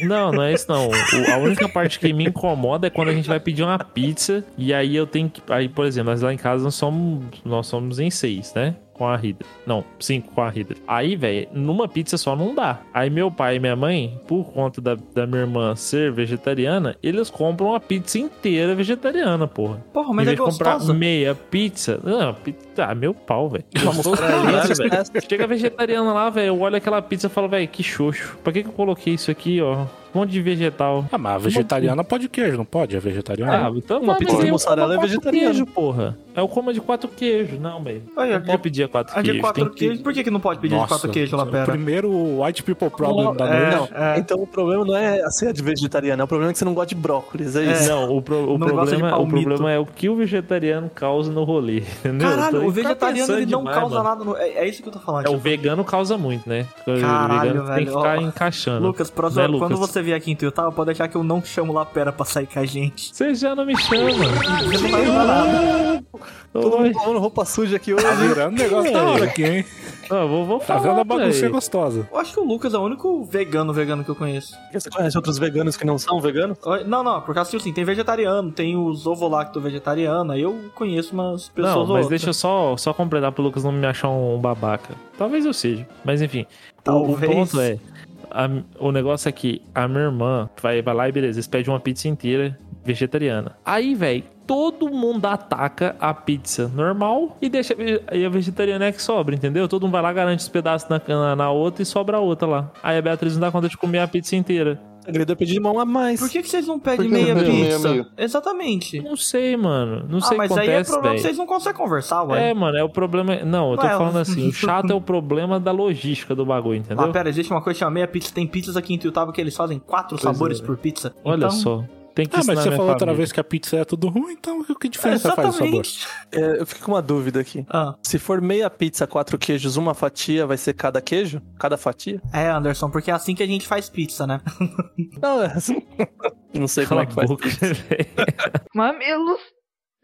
Não, não é isso não. O- a única parte que me incomoda é quando a gente vai pedir uma pizza e aí eu tenho que. Aí, por exemplo, nós lá em casa nós somos, nós somos em seis, né? Com a Rida. Não, cinco com a Rida. Aí, velho, numa pizza só não dá. Aí meu pai e minha mãe, por conta da, da minha irmã ser vegetariana, eles compram uma pizza inteira vegetariana, porra. Porra, Em mas é vez de comprar um gostosa. meia pizza. Não, pizza. Ah, meu pau, velho. Vamos Gostoso pra é caralho, isso, velho. né? Chega a vegetariana lá, velho. Eu olho aquela pizza e falo, velho, que xoxo. Pra que, que eu coloquei isso aqui, ó? Um monte de vegetal. Ah, mas a vegetariana pode queijo, não pode? É vegetariana? Ah, então Uma mas pizza eu de mussarela como é quatro vegetariana. Queijo, porra. É o coma de quatro queijos. Não, velho. Olha, Não de- pode pedir a quatro É, A queijos. de quatro tem que- queijos. Por que, que não pode pedir de quatro queijos, o Lapera? primeiro white people problem da É, noite. é. Então o problema não é a ser de vegetariana, o problema é que você não gosta de brócolis, é isso. Não, o, pro- o Não gosta um de problema, o palmito. problema é o que o vegetariano causa no rolê. [laughs] Entendeu? Caralho, Então, o fica vegetariano pensando ele não demais, causa mano. nada. no- É, é isso que eu tô falando. É, o tipo, vegano causa muito, né? Caralho, o vegano tem velho, que ó. ficar encaixando. Tipo, Lucas, próximo, Né, Lucas? quando você vier aqui em Tuiutaba, pode deixar que eu não chamo Lapera pra sair com a gente. Você já não me chama. Você não vai falar nada. Todo Oi. mundo falando roupa suja aqui hoje. Tá virando negócio um da hora aqui, hein? Não, Ah, vou, vou Tá falar. vendo a véi. bagunça gostosa? Eu acho que o Lucas é o único vegano vegano que eu conheço. Você conhece outros veganos que não são veganos? Oi, Não, não, por causa que assim, tem vegetariano, tem os ovo-lacto vegetariano, aí eu conheço umas pessoas Não, ou mas outras. deixa eu só, só completar pro Lucas não me achar um babaca. Talvez eu seja, mas enfim. O- Talvez. O ponto é. a- o negócio é que a minha irmã vai, vai lá e beleza, eles pedem uma pizza inteira vegetariana. Aí, velho, todo mundo ataca a pizza normal e deixa. E a vegetariana é que sobra, entendeu? Todo mundo vai lá, garante os pedaços na, na, na outra e sobra a outra lá. Aí a Beatriz não dá conta de comer a pizza inteira. O segredo é pedir mão a mais. Por que, que vocês não pedem Por que meia não pede pizza? meio a meio? Exatamente. Não sei, mano. Não ah, sei o que mas aí é acontece, problema que véi. vocês não conseguem conversar, ué. Ah, É, mano, é o problema. Não, eu tô Ué, falando eu- assim, o chato é o problema da logística do bagulho, entendeu? Ah, pera, existe uma coisa chamada meia pizza. Tem pizzas aqui em Tuiutaba que eles fazem quatro sabores por pizza. Olha Então, só. Tem que Ah, ensinar mas você minha falou outra família. vez que a pizza é tudo ruim, então que diferença faz o [laughs] sabor? Exatamente. É, eu fico com uma dúvida aqui. Ah, Se for meia pizza, quatro queijos, uma fatia, vai ser cada queijo? Cada fatia? é, Anderson, porque é assim que a gente faz pizza, [laughs] né? Não, é assim. [laughs] Não sei como Cala é a que faz. boca, [laughs] velho. Mamilos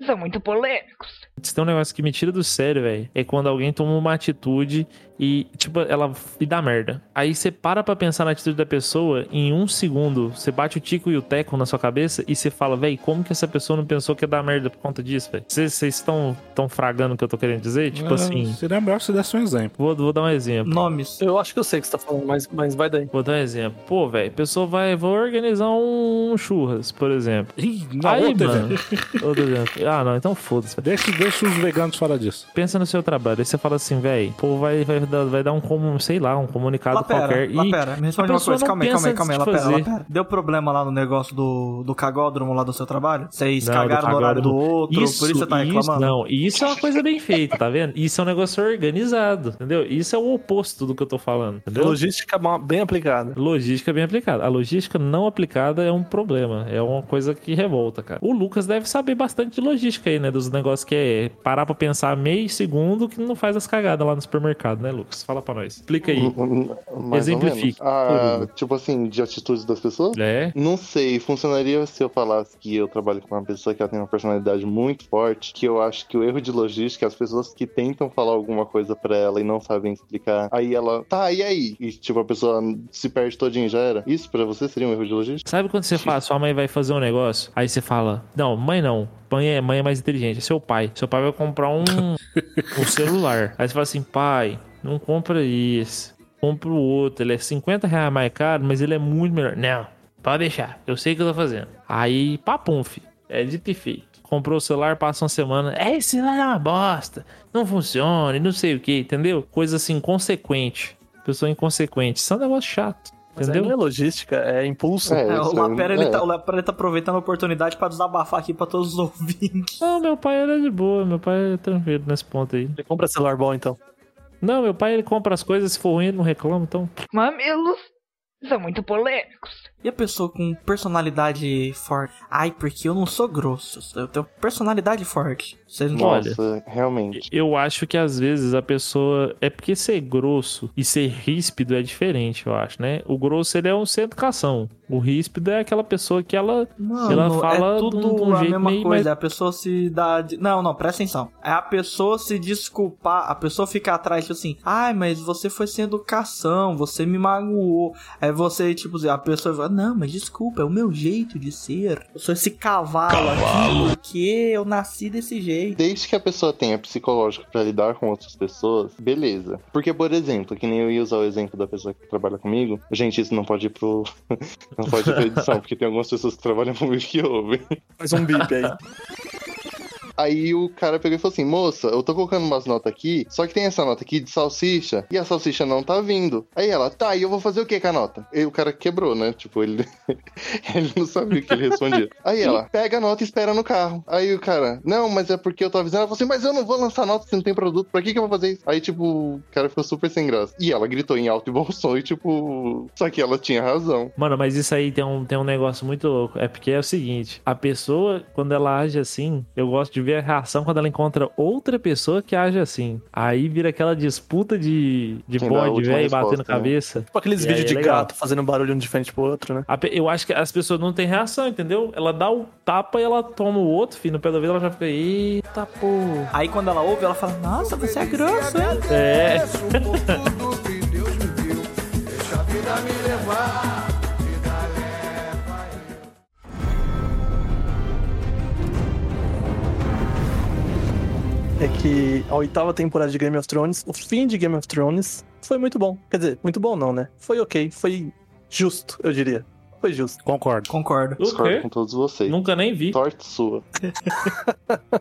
são muito polêmicos. Se tem um negócio que me tira do sério, velho, é quando alguém toma uma atitude e, tipo, ela. e dá merda. Aí você para pra pensar na atitude da pessoa, em um segundo, você bate o tico e o teco na sua cabeça e você fala, velho, como que essa pessoa não pensou que ia dar merda por conta disso, velho? Vocês vocês estão tão fragando o que eu tô querendo dizer? Tipo Ah, assim. Seria melhor se desse um exemplo. Vou, vou dar um exemplo. Nomes. Eu acho que eu sei o que você tá falando, mas, mas vai daí. Vou dar um exemplo. Pô, velho, a pessoa vai, vou organizar um churras, por exemplo. Ih, na Aí, outra, mano. velho. Outro exemplo. Ah, não, então foda-se. velho. Deixa, deixa os veganos fora disso. Pensa no seu trabalho. Aí você fala assim, velho, pô, vai, vai, dar- vai dar um, como- sei lá, um comunicado Lapera, qualquer. Ih, Lapera, me responde a uma pessoa coisa. não Calma aí, calma aí, pensa calma aí, antes de Lapera, fazer. Lapera. Deu problema lá no negócio do, do cagódromo lá do seu trabalho? Vocês Não, do cagaram no horário do cagódromo. outro, por isso você tá reclamando? Isso, não, isso é uma coisa bem feita, tá vendo? Isso é um negócio organizado, entendeu? Isso é o oposto do que eu tô falando, entendeu? Logística ma- bem aplicada. Logística é bem aplicada. A logística não aplicada é um problema. É uma coisa que revolta, cara. O Lucas deve saber bastante de logística aí, né? Dos negócios que é parar pra pensar meio segundo que não faz as cagadas lá no supermercado, né, Lucas? Fala pra nós. Explica aí. Um, Mais ou menos. Exemplifique, por Ah, favor. tipo assim, de atitudes das pessoas? É. Não sei, funcionaria se eu falasse que eu trabalho com uma pessoa que ela tem uma personalidade muito forte, que eu acho que o erro de logística é as pessoas que tentam falar alguma coisa pra ela e não sabem explicar. Aí ela, tá, e aí? E tipo, a pessoa se perde todinha e já era. Isso pra você seria um erro de logística? Sabe quando você fala, sua mãe vai fazer um negócio, aí você fala, não, mãe não, mãe é, mãe é mais inteligente, é seu pai. Seu pai vai [laughs] comprar um, um celular. Aí você fala assim, pai, não compra isso, compra o outro, ele é 50 reais mais caro, mas ele é muito melhor. Não, pode deixar, eu sei o que eu tô fazendo. Aí, papum, fi, é dito e feito. Comprou o celular, passa uma semana. É, esse celular é uma bosta. Não funciona, e não sei o que, entendeu? Coisa assim, inconsequente. Pessoa inconsequente. Isso é um negócio chato. Mas aí Entendeu? não é logística, é impulso. [laughs] É, É, o isso aí, Lapera, ele é. tá, o Lapera tá aproveitando a oportunidade pra desabafar aqui pra todos os [laughs] ouvintes. Não, meu pai era de boa, meu pai é tranquilo nesse ponto aí. Você compra celular bom, então. Não, meu pai ele compra as coisas, se for ruim ele não reclama, então. Mamilos são muito polêmicos. E a pessoa com personalidade forte? Ai, porque eu não sou grosso. Eu tenho personalidade forte. Vocês não Olha. Nossa, realmente. Eu acho que às vezes a pessoa. É porque ser grosso e ser ríspido é diferente, eu acho, né? O grosso ele é um sem educação. O ríspido é aquela pessoa que ela. Mano, Ela fala é de tudo um- de um a jeito mesma meio coisa. mais- É a pessoa se dá. de- Não, não, presta atenção. É a pessoa se desculpar, a pessoa fica atrás, tipo assim, ai, mas você foi sem educação, você me magoou. Aí você, tipo, a pessoa fala, não, mas desculpa, é o meu jeito de ser. Eu sou esse cavalo, aqui porque eu nasci desse jeito. Desde que a pessoa tenha psicológico pra lidar com outras pessoas, beleza. Porque, por exemplo, que nem eu ia usar o exemplo da pessoa que trabalha comigo. Gente, isso não pode ir pro. [laughs] não pode ir pra edição, porque tem algumas pessoas que trabalham comigo que ouvem. Faz um bip aí. [laughs] Aí o cara pegou e falou assim: moça, eu tô colocando umas notas aqui, só que tem essa nota aqui de salsicha, e a salsicha não tá vindo. Aí ela, tá, e eu vou fazer o que com a nota? E o cara quebrou, né? Tipo, ele, [laughs] ele não sabia o que ele respondia. Aí ela, pega a nota e espera no carro. Aí o cara, não, mas é porque eu tô avisando. Ela falou assim: mas eu não vou lançar nota se não tem produto, pra que que eu vou fazer isso? Aí, tipo, o cara ficou super sem graça. E ela gritou em alto e bom som, e tipo, só que ela tinha razão. Mano, mas isso aí tem um, tem um negócio muito louco. É porque é o seguinte: a pessoa, quando ela age assim, eu gosto de ver ver a reação quando ela encontra outra pessoa que age assim. Aí vira aquela disputa de, de Quem dá a bode, última velho, batendo resposta, né? cabeça. Tipo aqueles E aí vídeos é de legal. gato fazendo barulho um de frente pro outro, né? A pe- Eu acho que as pessoas não têm reação, entendeu? Ela dá o tapa e ela toma o outro, filho. Pelo menos ela já fica, eita porra. Aí quando ela ouve, ela fala: Nossa, você é grosso, hein? É. Por tudo que Deus me deu, deixa a vida me levar. É que a oitava temporada de Game of Thrones, o fim de Game of Thrones, foi muito bom. Quer dizer, muito bom não, né? Foi ok, foi justo, eu diria. Foi justo. Concordo. Concordo. O Discordo quê? com todos vocês. Nunca nem vi. Sorte sua.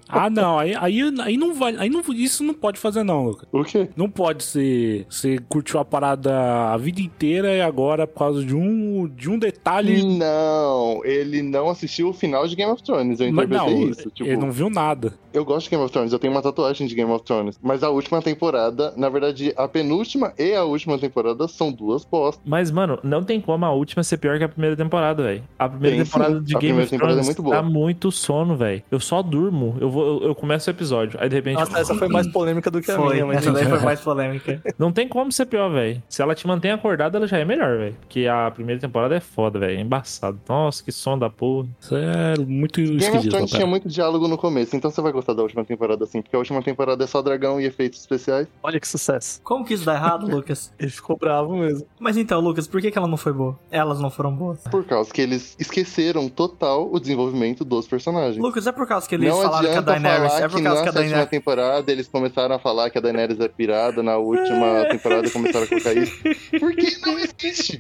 Ah, não. Aí, aí, aí não vai. Aí não, isso não pode fazer, não, Lucas. O quê? Não pode ser. Você curtiu a parada a vida inteira e agora, por causa de um, de um detalhe. Não, ele não assistiu o final de Game of Thrones. Eu Mas interpretei não, isso. Tipo, ele não viu nada. Eu gosto de Game of Thrones, eu tenho uma tatuagem de Game of Thrones. Mas a última temporada, na verdade, a penúltima e a última temporada são duas bostas. Mas, mano, não tem como a última ser pior que a primeira temporada, velho. A primeira Tem sim. temporada de Game A primeira of temporada é Thrones muito boa. dá muito sono, velho. Eu só durmo. Eu, vou, eu, eu começo o episódio. Aí, de repente, Nossa, essa foi mais polêmica do que a Foi, minha, mas essa daí foi mais polêmica. [laughs] não tem como ser pior, velho. Se ela te mantém acordada, ela já é melhor, velho. Porque a primeira temporada é foda, velho. É embaçado. Nossa, que sono da porra. Isso é muito Game of esquisito. tá, Thrones tinha cara. muito diálogo no começo, então você vai gostar da última temporada sim, porque a última temporada é só dragão e efeitos especiais. olha que sucesso. Como que isso dá errado, Lucas? Ele ficou bravo mesmo. Mas então, Lucas, por que, que ela não foi boa? Elas não foram boas. Por causa que eles esqueceram total o desenvolvimento dos personagens. Lucas, é por causa que eles Não falaram que a adianta Daenerys. falar É que por causa que na a sétima [laughs] Daenerys. temporada eles começaram a falar que a Daenerys é pirada, na [laughs] última temporada começaram a colocar isso. Porque não existe!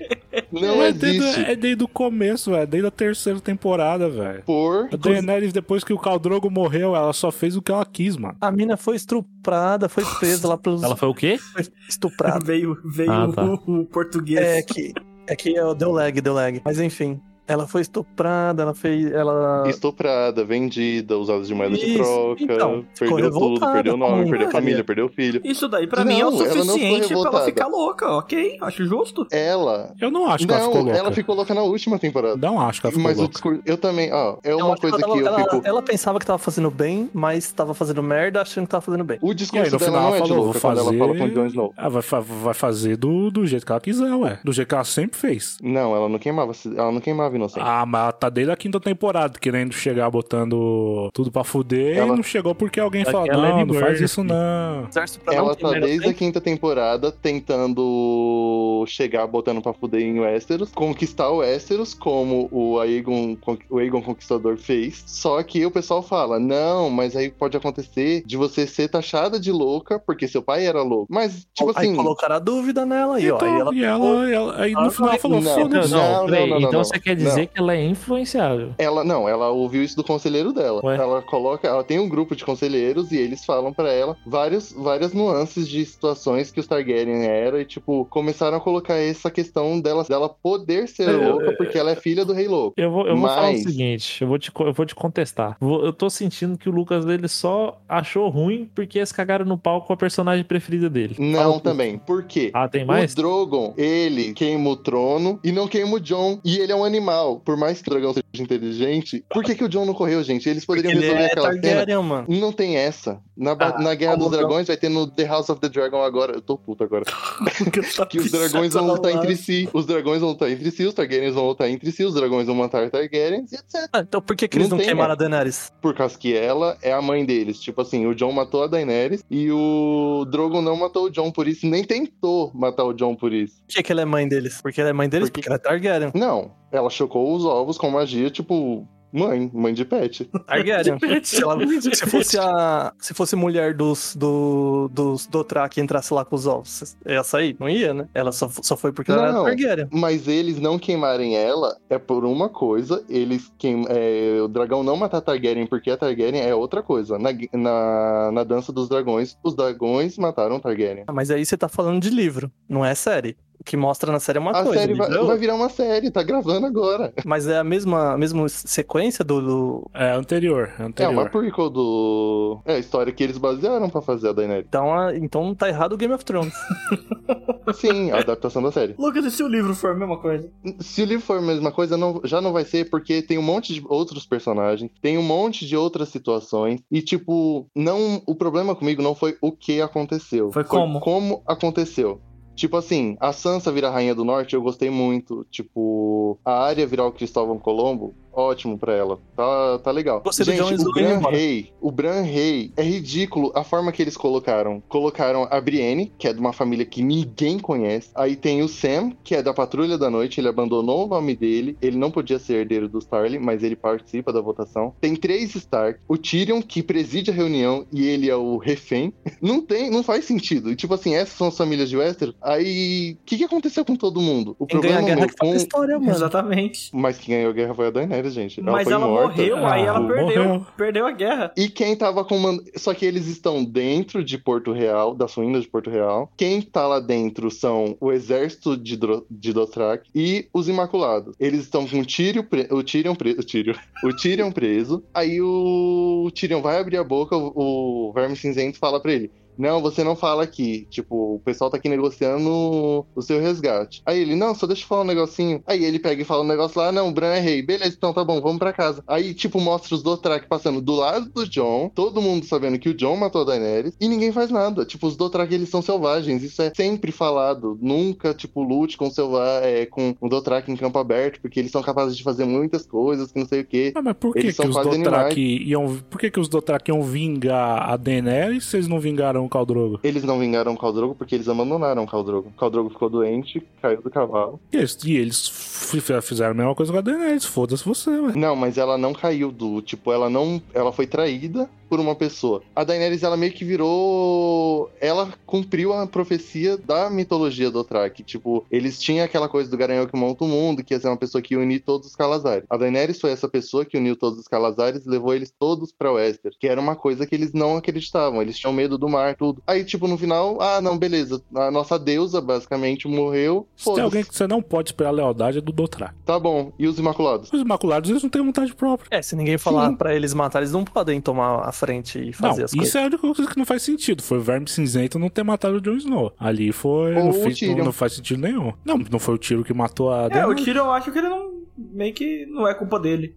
Não é, desde, existe! é desde o começo, velho. Desde a terceira temporada, velho. Por A Daenerys, depois que o Caldrogo morreu, ela só fez o que ela quis, mano. A mina foi estuprada, foi presa lá pelos Ela foi o quê? estuprados. Veio, veio Ah, tá. o, o português. É que, é que eu- deu lag, deu lag. Mas enfim, ela foi estuprada, ela fez. Ela. estuprada, vendida, usada de moeda de Isso. troca, Então, ficou perdeu tudo, revoltada, perdeu o nome, como perdeu a Maria. família, perdeu o filho. Isso daí pra mim é o Não, ela não ficou suficiente pra ela revoltada. ficar louca, ok? Acho justo. Ela. Eu não acho que não, ela ficou louca. ficou louca na última temporada. Não acho que ela Tá ficou Mas o louca. discurso. Eu também, ó, é Eu uma acho que coisa que ela tava- eu ela- fico. ela pensava que tava fazendo bem, mas tava fazendo merda achando que tava fazendo bem. O E aí, discurso dela no final, não ela é de falou, vou louca quando ela fazer... fala com o Jon Snow. Ah, vai, fa- vai fazer do, do jeito que ela quiser, ué. Do jeito que ela sempre fez. Não, ela não queimava, ela não queimava inocente. Ah, mas ela tá desde a quinta temporada querendo chegar botando tudo pra fuder Ela- e não chegou porque alguém Ela falou, quer Lady não, não Bird, faz isso filho. não. Pra não Ela ter tá merda desde a quinta temporada tentando chegar botando pra fuder em Westeros, conquistar o Westeros como o Aegon, o Aegon Conquistador fez. Só que o pessoal fala: "Não, mas aí pode acontecer de você ser taxada de louca porque seu pai era louco". Mas tipo Aí assim, colocaram a dúvida nela aí, ó. Então, Aí ela e ela, ela- aí no Ela final ela falou, não. Não, foda-se. não, não, peraí. não, não, Então não. você quer dizer Não. que ela é influenciável. ela não, ela ouviu isso do conselheiro dela. Ué. Ela coloca, ela tem um grupo de conselheiros e eles falam pra ela vários, várias nuances de situações que os Targaryen era e tipo começaram a colocar essa questão dela, dela poder ser Eu- louca porque ela é filha do Rei Louco. Eu vou, eu vou falar o Mas- seguinte, eu vou te, co- eu vou te contestar. Vou- eu tô sentindo que o Lucas dele só achou ruim porque eles cagaram no pau com a personagem preferida dele. Não Fala- um também. Por quê? Ah, tem mais? O Drogon, ele queima o trono e não queima o John. E ele é um animal. Por mais que o dragão seja inteligente, por que, que o John não correu, gente? Eles poderiam ele resolver é aquela cena. Targaryen, mano. Não tem essa. Na, ba- Ah, na Guerra dos como não? Dragões vai ter no The House of the Dragon agora. Eu tô puto agora. [laughs] tá Que é os dragões vão lutar entre si. Os dragões vão lutar entre si, os Targaryens vão lutar entre si, os dragões vão matar Targaryens, e etc. Ah, então por que, que eles Não não, tem, queimaram né? a Daenerys? Por causa que ela é a mãe deles. Tipo assim, o John matou a Daenerys e o Drogon não matou o John por isso, nem tentou matar o John por isso. Por que, que ela é mãe deles? Porque ela é mãe deles? Porque- Porque, ela é [laughs] Targaryen. Não, ela chocou os ovos com magia, tipo, mãe, mãe de pet. Targaryen. se, ela- né? se fosse a. Se fosse mulher dos. Do, dos Dothraki e entrasse lá com os ovos, essa aí não ia, né? Ela só, só foi porque ela era Não. Targaryen. Mas eles não queimarem ela é por uma coisa, eles queim... é, o dragão não matar Targaryen porque a Targaryen é outra coisa. Na, gu- na, na dança dos dragões, os dragões mataram Targaryen. Ah, Mas aí você tá falando de livro, não é série. O que mostra na série é uma a coisa. série vai, entendeu? vai virar uma série, tá gravando agora. Mas é a mesma, a mesma sequência do, do- É, anterior, É anterior. uma prequel do. É a história que eles basearam pra fazer a Daenerys. Então, a- então tá errado o Game of Thrones. Sim, a adaptação da série. Lucas, e se o livro for a mesma coisa? Se o livro for a mesma coisa, não- já não vai ser, porque tem um monte de outros personagens, tem um monte de outras situações, e tipo, não o problema comigo não foi o que aconteceu. Foi como? como aconteceu. Tipo assim, a Sansa vira Rainha do Norte, eu gostei muito. Tipo, a Arya virar o Cristóvão Colombo, ótimo pra ela. Tá, tá legal. Gostei do Jon Gente, Snow o indo Bran embora. Rei, o Bran Rei, é ridículo a forma que eles colocaram. Colocaram a Brienne, que é de uma família que ninguém conhece. Aí tem o Sam, que é da Patrulha da Noite, ele abandonou o nome dele, ele não podia ser herdeiro dos Starling, mas ele participa da votação. Tem três Stark, o Tyrion, que preside a reunião e ele é o refém. Não tem, não faz sentido. E, tipo assim, essas são as famílias de Westeros. Aí, o que, que aconteceu com todo mundo? O Quem ganha a problema guerra é meu que faz a com... É, história, mano. Exatamente. Mas quem ganhou a guerra foi a Daenerys, gente. Mas foi ela morta. morreu, aí Ah, Uhum. ela perdeu. morreu. Perdeu a guerra. E quem tava comandando. Só que eles estão dentro de Porto Real, das ruínas de Porto Real. Quem tá lá dentro são o exército de, Dro... de Dothrak e os Imaculados. Eles estão com o Tyrion, pre... o Tyrion preso. O Tyrion... [laughs] o Tyrion preso. Aí o... o Tyrion vai abrir a boca, o... o Verme Cinzento fala pra ele. Não, você não fala aqui. Tipo, o pessoal tá aqui negociando o seu resgate. Aí ele, não, só deixa eu falar um negocinho. Aí ele pega e fala um negócio lá, não, o Bran é rei. Beleza, então tá bom, vamos pra casa. Aí, tipo, mostra os Dothraki passando do lado do John, todo mundo sabendo que o John matou a Daenerys, e ninguém faz nada. Tipo, os Dothraki, eles são selvagens. Isso é sempre falado. Nunca, tipo, lute com, selva é, com o Dothraki em campo aberto, porque eles são capazes de fazer muitas coisas, que não sei o quê. Ah, mas por que, Eles que são os quase Dothraki iam. Por que, que os Dothraki iam vingar a Daenerys se eles não vingaram o Caldrogo? Eles não vingaram o Caldrogo porque eles abandonaram o Caldrogo. O Caldrogo ficou doente, caiu do cavalo. E eles, e eles f- f- fizeram a mesma coisa com a Daenerys, foda-se você, ué. Não, mas ela não caiu do. Tipo, ela não. Ela foi traída por uma pessoa. A Daenerys, ela meio que virou. Ela cumpriu a profecia da mitologia do Othraki. Tipo, eles tinham aquela coisa do garanhão que monta o mundo, que ia ser uma pessoa que ia unir todos os Calazares. A Daenerys foi essa pessoa que uniu todos os Calazares e levou eles todos pra Westeros, que era uma coisa que eles não acreditavam. Eles tinham medo do mar, tudo. Aí, tipo, no final, ah, não, beleza. A nossa deusa, basicamente, morreu. Se tem alguém Foda-se. que você não pode esperar a lealdade é do Dothraki. Tá bom. E os Imaculados? Os Imaculados, eles não têm vontade própria. É, se ninguém falar pra eles matar, eles não podem tomar a frente e fazer não, as isso coisas. é a única coisa que não faz sentido. Foi o Verme Cinzento não ter matado o Jon Snow. Ali foi. Ou Não, o fez- Tyrion. não, não faz sentido nenhum. Não, não foi o tiro que matou a É, o Daenerys. Tiro eu acho que ele não. Meio que não é culpa dele.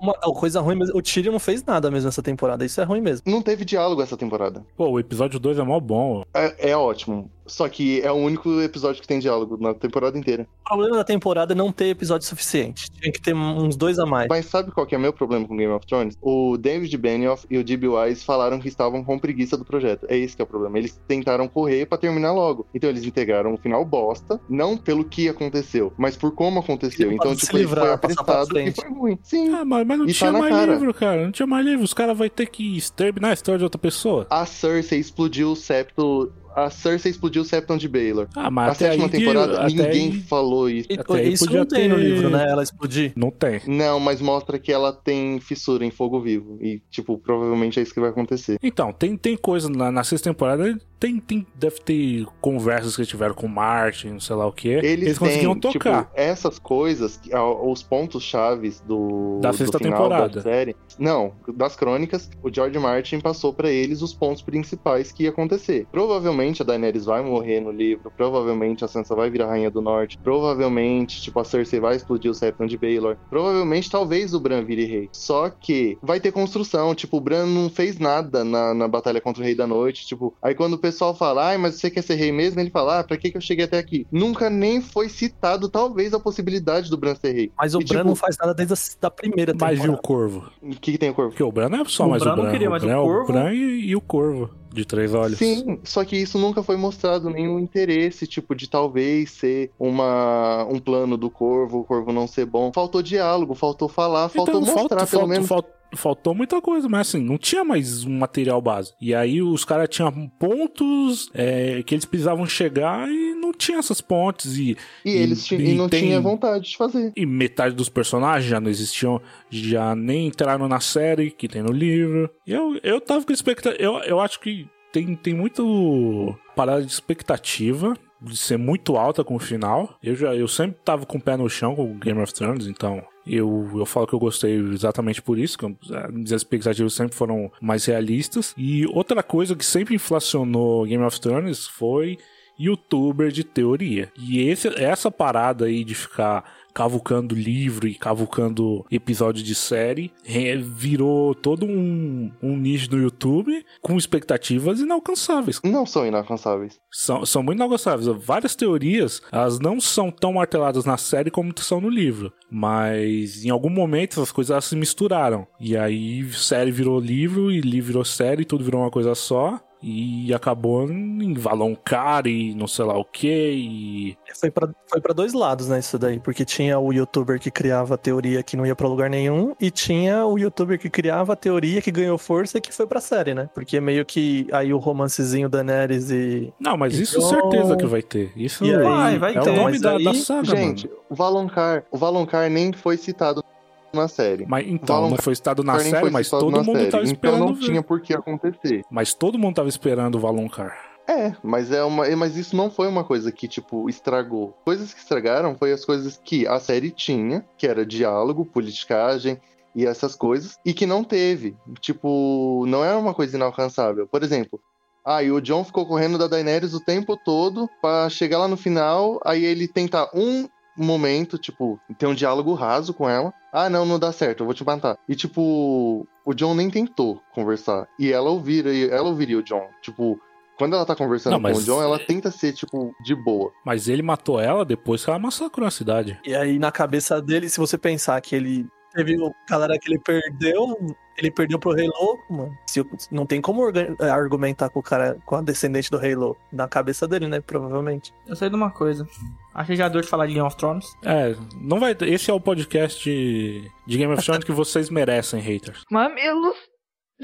Uma uma coisa ruim mesmo. O Tyrion não fez nada mesmo essa temporada. Isso é ruim mesmo. Não teve diálogo essa temporada. Pô, o episódio 2 é mó bom. É, é ótimo. Só que é o único episódio que tem diálogo na temporada inteira. O problema da temporada é não ter episódio suficiente. Tinha que ter uns dois a mais. Mas sabe qual que é meu problema com Game of Thrones? O David Benioff e o D.B. Wise falaram que estavam com preguiça do projeto. É esse que é o problema. Eles tentaram correr pra terminar logo. Então eles entregaram um final bosta, não pelo que aconteceu, mas por como aconteceu. Ele Então, pode se tipo, ele foi livrar, passar pra apressado e frente. foi ruim. Sim. Ah, mas, mas não E tá tinha na mais cara. livro, cara. Não tinha mais livro. Os caras vão ter que exterminar a história de outra pessoa. A Cersei explodiu o septo. A Cersei explodiu o septon de Baylor. Ah, mas A até sétima aí, temporada, até ninguém aí- falou isso. E- até aí isso podia não tem no ter- livro, né? Ela explodir. Não tem. Não, mas mostra que ela tem fissura em fogo vivo. E, tipo, provavelmente é isso que vai acontecer. Então, tem, tem coisa na, na sexta temporada, tem, tem, deve ter conversas que tiveram com o Martin, não sei lá o que. É, Eles, têm, conseguiam tocar. Tipo, essas coisas, que- a- os pontos chaves do Da do sexta final temporada. da série. Não, das crônicas, o George Martin passou pra eles os pontos principais que ia acontecer. Provavelmente a Daenerys vai morrer no livro, provavelmente a Sansa vai virar rainha do norte, provavelmente, tipo, a Cersei vai explodir o septon de Baelor. Provavelmente talvez o Bran vire rei. Só que vai ter construção, tipo, o Bran não fez nada na, na batalha contra o Rei da Noite, tipo, aí quando o pessoal fala, ai, mas você quer ser rei mesmo? Ele fala, ah, pra que que eu cheguei até aqui? Nunca nem foi citado, talvez, a possibilidade do Bran ser rei. Mas o E, Bran tipo, não faz nada desde a da primeira temporada. Mas e o Corvo? O que, que tem o corpo? Porque o Bran não é só O mais Bran o não Bran. queria, o mas o Bran, é Corvo- Bran e, e o Corvo, de três olhos. Sim, só que isso nunca foi mostrado nenhum interesse, tipo, de talvez ser uma, um plano do corvo, o corvo não ser bom. Faltou diálogo, faltou falar, faltou então, mostrar, falta, pelo falta, menos. falta- faltou muita coisa, mas assim, não tinha mais um material base. E aí os caras tinham pontos é, que eles precisavam chegar e não tinha essas pontes. E, E eles ti- e- e não e tem- tinha vontade de fazer. e metade dos personagens já não existiam, já nem entraram na série que tem no livro. E Eu, eu tava com expectativa. Eu, eu acho que tem, tem muito parada de expectativa de ser muito alta com o final. Eu já eu sempre tava com o pé no chão com o Game of Thrones, então eu, eu falo que eu gostei exatamente por isso, que eu- as minhas expectativas sempre foram mais realistas. E outra coisa que sempre inflacionou Game of Thrones foi youtuber de teoria. E esse, essa parada aí de ficar cavucando livro e cavucando episódio de série é, virou todo um, um nicho no YouTube com expectativas inalcançáveis. Não são inalcançáveis. São, são muito inalcançáveis. Várias teorias, elas não são tão marteladas na série como são no livro. Mas em algum momento essas coisas elas se misturaram. E aí série virou livro e livro virou série, tudo virou uma coisa só. E acabou em Valoncar e não sei lá o que. E Foi pra, foi pra dois lados, né, isso daí. Porque tinha o youtuber que criava teoria que não ia pra lugar nenhum, e tinha o youtuber que criava teoria que ganhou força e que foi pra série, né? Porque meio que aí o romancezinho da Neres e. Não, mas isso Então- certeza que vai ter. Isso E aí? Vai, vai é ter, o nome mas da, da aí, saga, Gente, mano. o Valoncar, o Valoncar nem foi citado na série. Mas então, Valon- não foi citado na Valoncar nem série, foi mas citado todo na mundo série, tava esperando. Então não ver. tinha por que acontecer. Mas todo mundo tava esperando o Valoncar. É, mas é uma, mas isso não foi uma coisa que tipo estragou. Coisas que estragaram foi as coisas que a série tinha, que era diálogo, politicagem e essas coisas, e que não teve. Tipo, não era uma coisa inalcançável. Por exemplo, aí o John ficou correndo da Daenerys o tempo todo pra chegar lá no final, aí ele tenta um momento, tipo, ter um diálogo raso com ela. Ah, não, não dá certo, eu vou te matar. E tipo, o John nem tentou conversar. E ela ouvira, e ela ouviria o John. Tipo, quando ela tá conversando Não, mas- é- com o John, ela tenta ser, tipo, de boa. Mas ele matou ela depois que ela massacrou a cidade. E aí na cabeça dele, se você pensar que ele. Teve o galera que ele perdeu, ele perdeu pro Rei Louco, mano. Se eu- não tem como organ- é, argumentar com o cara, com a descendente do Rei Louco. Na cabeça dele, né? Provavelmente. Eu sei de uma coisa. Achei já deu de falar de Game of Thrones. É, não vai. ter- Esse é o podcast de, de Game of Thrones que vocês merecem, haters. Mamilos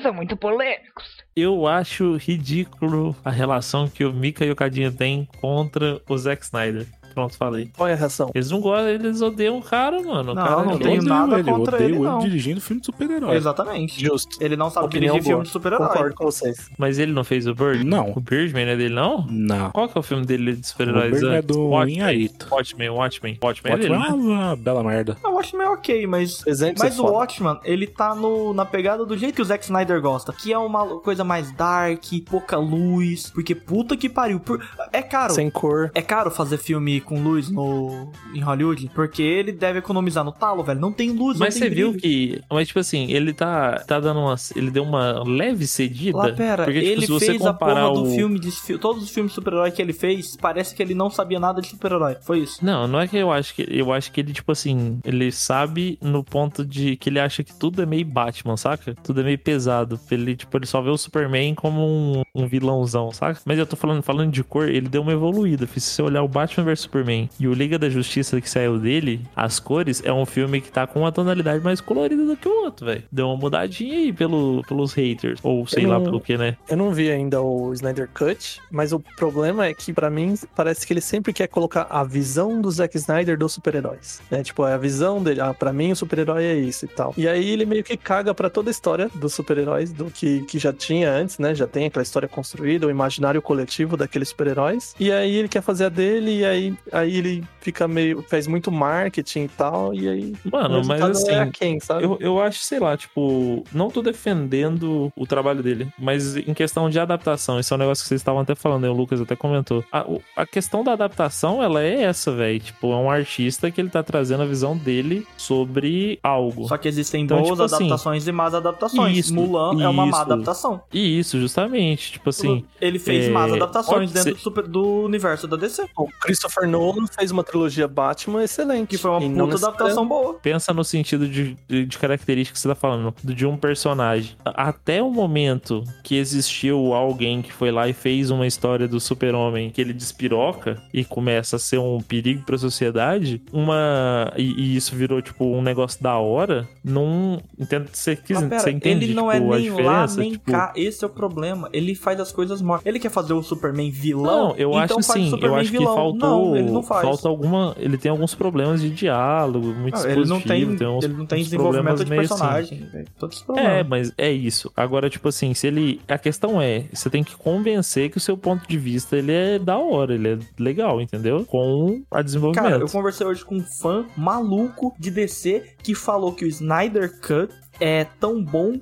são muito polêmicos. Eu acho ridículo a relação que o Mika e o Cadinha têm contra o Zack Snyder. Pronto, falei. Qual é a reação? Eles não gostam, eles odeiam o cara, mano. O Não, cara não é tenho doido. nada ele, eu contra odeio ele, não. dirigindo filme de super-herói. Exatamente. Justo. Ele não sabe Opinião dirigir filme boa. de super-herói. Concordo com vocês. Mas ele não fez o Bird? Não. O Birdman não é dele, não? Não. Qual que é o filme dele de O super-heróis Birdman é antes? do Watchmen, Inharito. Watchmen, Watchmen. Watchmen é Pode dele, né? falar uma bela merda. Ah, O Watchmen é ok, mas. Exemplo, Mas o Watchman, ele tá no, na pegada do jeito que o Zack Snyder gosta. Que é uma coisa mais dark, pouca luz. Porque puta que pariu. por- É caro. Sem cor. É caro fazer filme com luz no em Hollywood, porque ele deve economizar no talo, velho. Não tem luz, Mas não tem você viu brilho. que. Mas, tipo assim, ele tá, tá dando uma. Ele deu uma leve cedida. Lá, pera, porque, tipo, ele se você fez a comparar porra do o- filme de fi- todos os filmes de super-herói que ele fez, parece que ele não sabia nada de super-herói. Foi isso. Não, não é que eu acho que. Eu acho que ele, tipo assim, ele sabe no ponto de que ele acha que tudo é meio Batman, saca? Tudo é meio pesado. Ele, tipo, ele só vê o Superman como um, um vilãozão, saca? Mas eu tô falando, falando de cor, ele deu uma evoluída. Se você olhar o Batman vs Superman e o Liga da Justiça que saiu dele, as cores é um filme que tá com uma tonalidade mais colorida do que o outro, velho. Deu uma mudadinha aí pelo, pelos haters. Ou sei lá não- pelo que, né? Eu não vi ainda o Snyder Cut, mas o problema é que, pra mim, parece que ele sempre quer colocar a visão do Zack Snyder dos super-heróis. Né? Tipo, é a visão dele, ah, pra mim o super-herói é isso e tal. E aí ele meio que caga pra toda a história dos super-heróis, do que, que já tinha antes, né? Já tem aquela história construída, o imaginário coletivo daqueles super-heróis. E aí ele quer fazer a dele, e aí, aí ele fica meio. faz muito marketing e tal, e aí. o Mano, mas resultado assim. é a quem, sabe? Eu, eu acho, sei lá, tipo, não tô defendendo o trabalho dele, mas em questão de adaptação, isso é um negócio que vocês estavam até falando, né? O Lucas até comentou. A, o- a questão da adaptação, ela é essa, velho. Tipo, é um artista que ele tá trazendo a visão dele sobre algo. Só que existem Então, boas tipo assim, adaptações e más adaptações. isso, Mulan é uma má isso. adaptação. E isso, justamente, tipo assim. Ele fez É, más adaptações pode dentro ser- do, super- do universo da DC. O Christopher Nolan fez uma trilogia Batman excelente. Que foi uma E não puta adaptação boa. Pensa no sentido de, de, de característica que você tá falando, do- de um personagem. A- Até o momento que existiu alguém que foi lá e fez uma história do super-homem que ele despiroca e começa a ser um perigo pra sociedade, uma. E, e isso virou, tipo, um negócio da hora, não. Entendo que você quis. Mas Ah, pera, você entende, ele não tipo, é a nem lá diferença? nem Tipo, cá. Esse é o problema. Ele faz as coisas mortas. Ele quer fazer o Superman vilão. Não, eu então acho faz o sim. Eu Superman acho que vilão. faltou. Não, ele não faz. Falta um alguma. Ele tem alguns problemas de diálogo, muito Não, ele não tem, expositivo, uns- ele não tem uns desenvolvimento problemas de meio assim. personagem. tem Todos os É, problemas. mas é isso. Agora, tipo assim, se ele. A questão é, você tem que convencer que o seu ponto de vista ele é da hora, ele é legal, entendeu? Com a desenvolvimento. Cara, eu conversei hoje com um fã maluco de DC que falou que o Snyder Cut é tão bom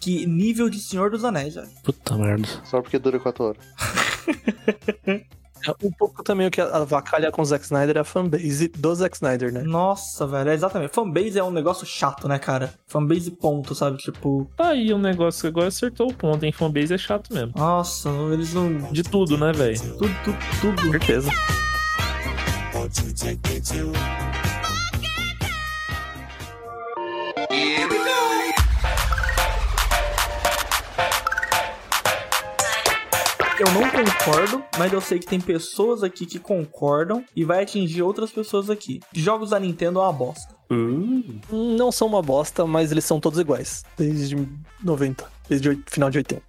que nível de Senhor dos Anéis, velho. Puta merda. Só porque dura 4 horas. É Um pouco também o que avacalha com o Zack Snyder é a fanbase do Zack Snyder, né? Nossa, velho, é exatamente. Fanbase é um negócio chato, né, cara? Fanbase ponto, sabe? Tipo, Tá aí um negócio que agora acertou o ponto, hein? Fanbase é chato mesmo. nossa, eles não. De tudo, né, velho? Tudo, tudo, tudo. Certeza. Eu não concordo, mas eu sei que tem pessoas aqui que concordam e vai atingir outras pessoas aqui. Jogos da Nintendo é uma bosta. Não são uma bosta, mas eles são todos iguais. Desde 90. Desde oit- final de 80.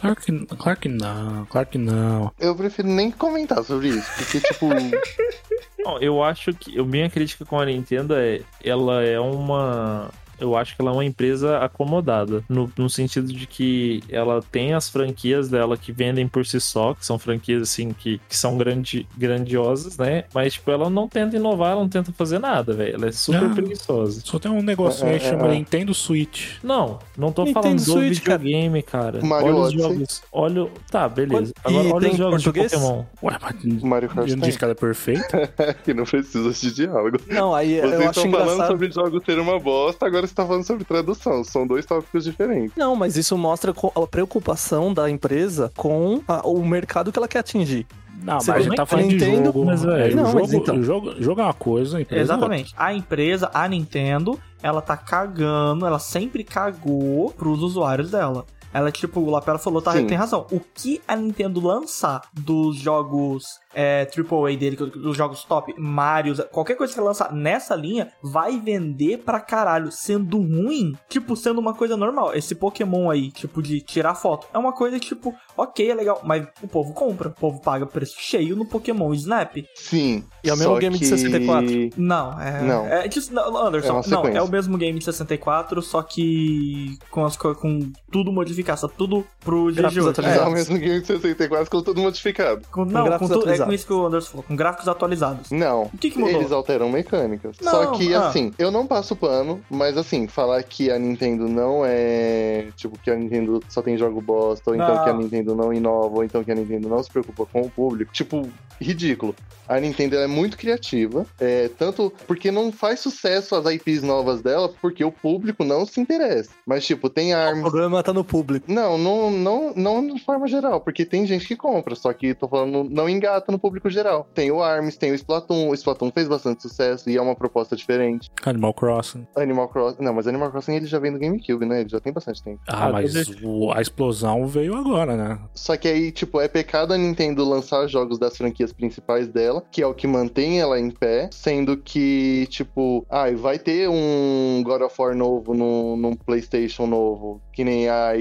Claro que, claro que não, claro que não. Eu prefiro nem comentar sobre isso, porque, tipo, [laughs] Não, eu acho que. eu- Minha crítica com a Nintendo é. Ela é uma. Eu acho que ela é uma empresa acomodada. No, no sentido de que ela tem as franquias dela que vendem por si só, que são franquias assim que, que são grande, grandiosas, né? Mas, tipo, ela não tenta inovar, ela não tenta fazer nada, velho. Ela é super Ah. Não. preguiçosa. Só tem um negócio aí que chama Nintendo Switch. Não, não tô Nintendo falando do Switch, cara. videogame, cara. Mario olha os Odyssey. jogos. Olha. o- Tá, beleza. Quando- Agora e olha tem os jogos de português? Pokémon. Ué, mas Mario Kart tá eu não disse tem. que ela é perfeita? que não precisa de diálogo. Não, aí É, eu Vocês acho estão falando engraçado. sobre jogo ser uma bosta, agora você tá falando sobre tradução. São dois tópicos diferentes. Não, mas isso mostra co- a preocupação da empresa com a- o mercado que ela quer atingir. Não, mas Você a gente não tá falando de entende, jogo. mas, velho, Aí o não, jogo, mas então. o jogo, jogo é uma coisa, a empresa é outra. Exatamente. A empresa, a Nintendo, ela tá cagando, ela sempre cagou pros usuários dela. Ela, é tipo, o Lapela falou, tá, Sim. tem razão. O que a Nintendo lançar dos jogos é, AAA dele, dos jogos top, Mario, qualquer coisa que ela lançar nessa linha, vai vender pra caralho, sendo ruim, tipo, sendo uma coisa normal. Esse Pokémon aí, tipo, de tirar foto, é uma coisa que, tipo, ok, é legal, mas o povo compra, o povo paga preço cheio no Pokémon Snap. Sim. E é o mesmo só game de que- 64. Não, é. Não. É, just- não, É Anderson, uma não, sequência. é o mesmo game de 64, só que com, as, co- com tudo modificação, tudo pro dia de Gráficos hoje. É, é o atualizados. mesmo game de 64 com tudo modificado. Com, não, com gráficos tudo, é com atualizados. isso que o Anderson falou, com gráficos atualizados. Não. O que que mudou? Eles alteram mecânicas. Não, Só que, ah. assim, eu não passo pano, mas, assim, falar que a Nintendo não é. Tipo, que a Nintendo só tem jogo bosta, ou então Não. que a Nintendo não inova, ou então que a Nintendo não se preocupa com o público. Tipo, ridículo. A Nintendo ela é muito criativa, é, tanto porque não faz sucesso as IPs novas dela, porque o público não se interessa. Mas, tipo, tem O ARMS, problema tá no público. Não, não, não, não de forma geral, porque tem gente que compra, só que tô falando, não engata no público geral. Tem o Arms, tem o Splatoon, o Splatoon fez bastante sucesso e é uma proposta diferente. Animal Crossing. Animal Crossing, não, mas Animal Crossing ele já vem do GameCube, né? Ele já tem bastante tempo. Ah, Ah, mas o- a explosão veio agora, né? Só que aí, tipo, é pecado a Nintendo lançar jogos das franquias principais dela, que é o que mantém ela em pé, sendo que, tipo, ai, vai ter um God of War novo num, num PlayStation novo, que nem a,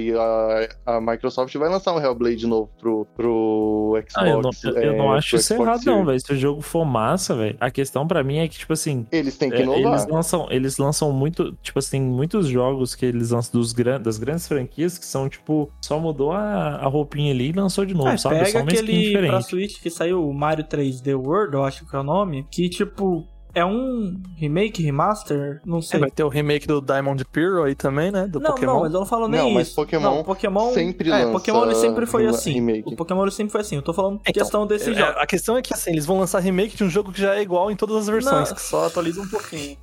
a, a Microsoft vai lançar um Hellblade novo pro, pro Xbox. Ah, eu não, eu- eu é, não pro acho isso Xbox errado, Series. não, velho. Se o jogo for massa, velho. A questão pra mim é que, tipo assim. Eles têm que é, inovar. eles lançam, eles lançam muito, tipo assim, muitos jogos que eles lançam dos gran, das grandes franquias que são, tipo, só mudou a, a roupinha ali e lançou de novo, É, sabe? um pega só uma skin aquele pra diferente. Switch que saiu o Mario 3D World, eu acho que é o nome, que tipo é um remake, remaster, não sei. Vai ter o remake do Diamond Pearl aí também, né? É, Do não, Pokémon. não, mas eu não falo nem Não, isso. mas Pokémon não, Pokémon sempre é, lança Pokémon ele sempre foi rela- assim. remake. O Pokémon ele sempre foi assim. Eu tô falando Então, questão desse É, jogo. A questão é que assim, eles vão lançar remake de um jogo que já é igual em todas as versões, Não. que só atualiza um pouquinho.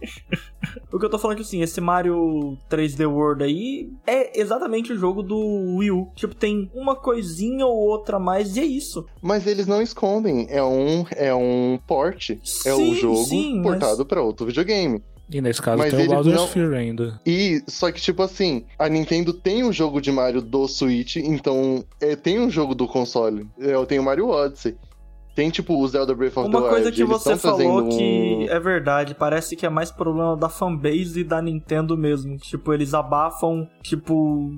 O que eu tô falando é que, assim, esse Mario 3D World aí é exatamente o jogo do Wii U. Tipo, tem uma coisinha ou outra a mais e é isso. Mas eles não escondem, é um, é um port, é Sim, o jogo sim, mas- portado pra outro videogame. E nesse caso Mas tem o eles Bowser's não- Fury ainda. E só que, tipo assim, a Nintendo tem um jogo de Mario do Switch, então é, tem um jogo do console. É, Eu tenho Mario Odyssey. Tem, tipo, o Zelda Breath of the Uma Wild. coisa que eles você tão fazendo falou um- que é verdade, parece que é mais problema da fanbase e da Nintendo mesmo. Tipo, eles abafam, tipo,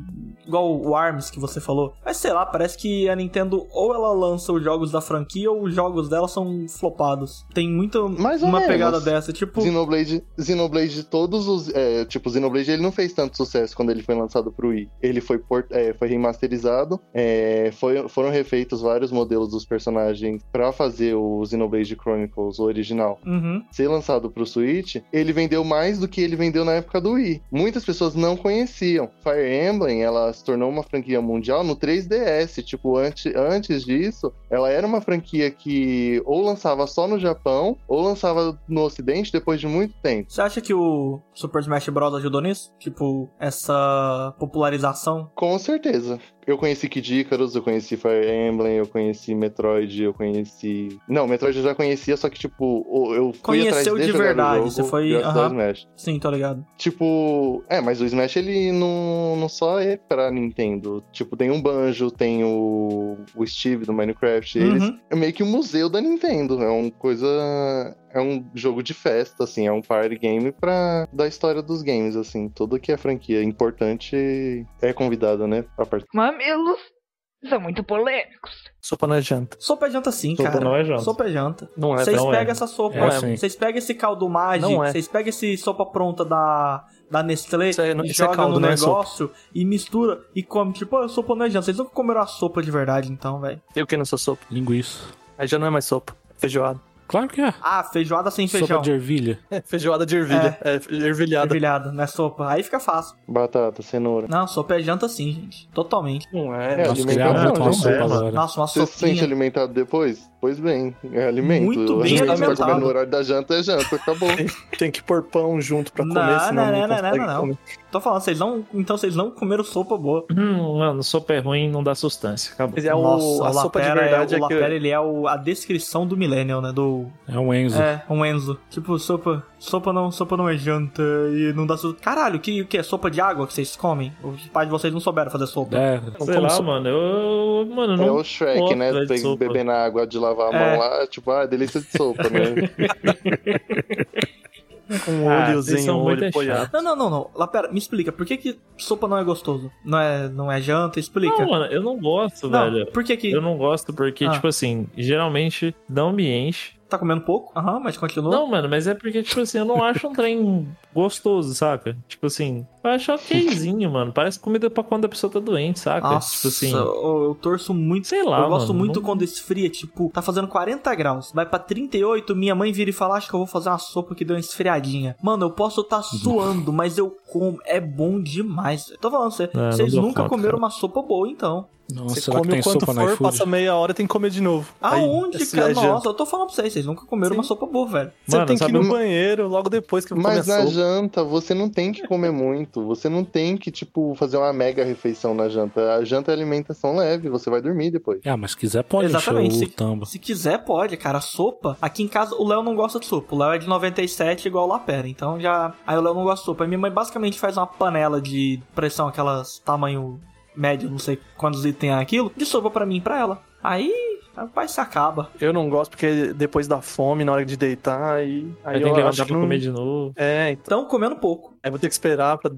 igual o ARMS que você falou. Mas sei lá, parece que a Nintendo ou ela lança os jogos da franquia ou os jogos dela são flopados. Tem muito Mais ou uma menos. pegada dessa, tipo, Xenoblade, Xenoblade, todos os. É, tipo, Xenoblade ele não fez tanto sucesso quando ele foi lançado pro Wii. Ele foi, port- é, foi remasterizado, é, foi- foram refeitos vários modelos dos personagens pra fazer o Xenoblade Chronicles, o original, uhum. ser lançado pro Switch. Ele vendeu mais do que ele vendeu na época do Wii. Muitas pessoas não conheciam. Fire Emblem, ela se tornou uma franquia mundial no 3DS. Tipo, antes, antes disso, ela era uma franquia que ou lançava só no Japão, ou lançava no Ocidente depois de muito tempo. Você acha que o Super Smash Bros ajudou nisso? Tipo, essa popularização? Com certeza. Eu conheci Kid Icarus, eu conheci Fire Emblem, eu conheci Metroid, eu conheci. Não, Metroid eu já conhecia, só que, tipo, o- eu fui atrás Conheceu de de jogar o verdade, jogo você foi- graças ao aham. Smash. Sim, tô ligado. Tipo, é, mas o Smash ele não, não só é pra Nintendo. Tipo, tem um Banjo, tem o, o Steve do Minecraft. Eles Uhum. é meio que um museu da Nintendo. É uma coisa. É um jogo de festa, assim. É um party game pra, da história dos games, assim. Tudo que é franquia importante é convidada, né? Pra participar. Mamilos são muito polêmicos. Sopa na janta. Sopa é janta sim, Sopa cara. não é janta. Sopa é janta. Não é, Vocês não pegam é. essa sopa, É assim. vocês pegam esse caldo mágico, Não é. vocês pegam esse sopa pronta da, da Nestlé Isso é- e isso é joga caldo, no não é negócio e mistura e come. Tipo, ah, sopa não é janta. Vocês nunca comeram a sopa de verdade, então, velho. Eu que nessa sopa. Linguiça. Aí já não é mais sopa. Feijoada. Claro que é. Ah, feijoada sem Sopa feijão. de ervilha. É, feijoada de ervilha. É, ervilhada. Ervilhada, né? Sopa. Aí fica fácil. Batata, cenoura. Não, sopa é janta sim, gente. Totalmente. Não É, é. Nossa, alimento queria não, muito uma não sopa é, mano. agora. Nossa, uma Você se sente sopinha. alimentado depois? Pois bem, é alimento. Muito O bem alimento que você tá alimentado. comendo no horário da janta é janta, acabou. Tem que pôr pão junto pra Não, comer, senão não, não, não, não, consegue não, não. comer. Tô falando, vocês não. Então vocês não comeram sopa boa. Hum, mano, sopa é ruim, não dá sustância. Acabou. Mas é o- Nossa, a o sopa de Lapera, verdade é, é, o que... Lapera ele é o- a descrição do Millennial, né? Do É um Enzo. É, um Enzo. Tipo, sopa. Sopa não, sopa não é janta e não dá sopa. Caralho, que, o que é? Sopa de água que vocês comem? Os pais de vocês não souberam fazer sopa. É, não Sei como lá, sopa. mano. Eu, mano, É não. o Shrek, gosto né? de Tem que sopa. beber na água de lavar a mão É. lá, tipo, ah, delícia de sopa, [laughs] né? Um Ah, vocês olhozinho, são um muito olho chato. apoiado. Não, não, não, não. Lá, pera, me explica. Por que que sopa não é gostoso? Não é, não é janta? Explica. Não, mano, eu não gosto, Não, velho. por que que... Eu não gosto porque, Ah. tipo assim, geralmente não me enche. Tá comendo pouco? Aham, mas continua. Não, mano, mas é porque, tipo assim, eu não acho um trem gostoso, saca? Tipo assim, eu acho okzinho, mano. Parece comida pra quando a pessoa tá doente, saca? Nossa, Tipo assim, eu, eu torço muito. sei lá, eu gosto mano, muito não- quando esfria, tipo, tá fazendo 40 graus, vai pra 38, minha mãe vira e fala, acho que eu vou fazer uma sopa que deu uma esfriadinha. Mano, eu posso [laughs] estar suando, mas eu como, é bom demais. Tô falando, cê, É, Não, vocês não dou nunca conta, comeram cara. uma sopa boa, então. Nossa, Você será que come tem o quanto sopa na for, iFood? passa meia hora e tem que comer de novo. Aí, Aonde, isso cara? é janta. Nossa, eu tô falando pra vocês, vocês nunca comeram uma sopa boa, velho. Você Mano, tem que ir sabe no um- banheiro logo depois que Mas começou. na janta, você não tem que comer muito. Você não tem que, tipo, fazer uma mega refeição na janta. A janta é alimentação leve, você vai dormir depois. Ah, mas se quiser pode Exatamente, encher o tamba. Se quiser, pode, cara. Sopa. Aqui em casa, o Léo não gosta de sopa. O Léo é de 97, igual o Lapera. Então já. Aí o Léo não gosta de sopa. Aí minha mãe basicamente faz uma panela de pressão, aquelas tamanho médio, não sei quantos itens tem aquilo, de sopa pra mim e pra ela. Aí, rapaz, se acaba. Eu não gosto porque depois da fome, na hora de deitar, aí, aí Aí tem eu que acho levantar que pra não... comer de novo. É, então, Então, comendo pouco. aí vou ter que esperar pra...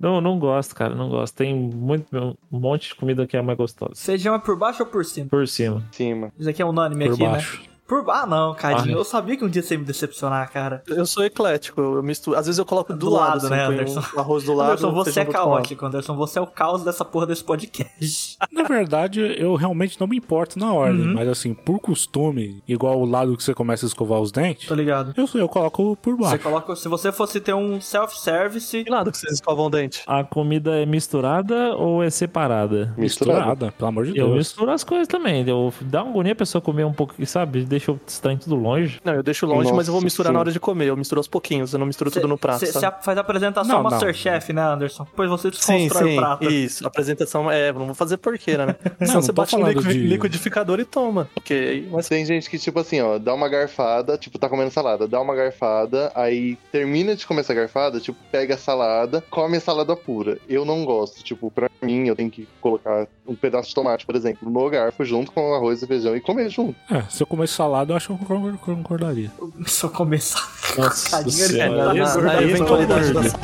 Não, não gosto, cara, não gosto. Tem muito, um monte de comida que é mais gostosa. Feijão é por baixo ou por cima? Por cima. Em cima. Isso aqui é unânime Por aqui, né? baixo. Por baixo. Ah, não, Cadinho. Ah, eu sabia que um dia você ia me decepcionar, cara. Eu sou eclético, eu misturo. Às vezes eu coloco do, assim, Do lado, né, põe Anderson? o arroz do lado. Anderson, o você é feijão do outro lado. caótico, Anderson. Você é o caos dessa porra desse [laughs] podcast. Na verdade, eu realmente não me importo na ordem, Uhum. mas assim, por costume, igual o lado que você começa a escovar os dentes, Tô ligado. eu, eu coloco por Você baixo. coloca, se você fosse ter um self-service, Que lado que vocês escovam o dente? A comida é misturada ou é separada? Misturado. Misturada, pelo amor de Eu Deus. misturo as coisas também. Eu dá uma agonia a pessoa comer um pouco, sabe? Deixa o estranho tudo longe. Não, eu deixo longe, mas eu vou Nossa, misturar sim. na hora de comer. Eu misturo aos pouquinhos, eu não misturo você tudo no prato. sabe? faz a apresentação Não, não. Masterchef, né, Anderson? Depois você Sim, desconstrói sim, o prato. isso. A apresentação é, não vou fazer porqueira, né? Não, Senão não você tô bate no falando liqui- de- liquidificador e toma. Porque aí Mas tem gente que, tipo assim, ó, dá uma garfada, tipo, tá comendo salada, dá uma garfada, aí termina de comer essa garfada, tipo, pega a salada, come a salada pura. Eu não gosto, tipo, pra mim, eu tenho que colocar um pedaço de tomate, por exemplo, no garfo junto com arroz e feijão e comer junto. É, se eu comer salada, eu acho que eu concor- concordaria. Só começar. Nossa Tadinho, ele senhora. tá é, na- na- na Isso é eventualidade da horrível.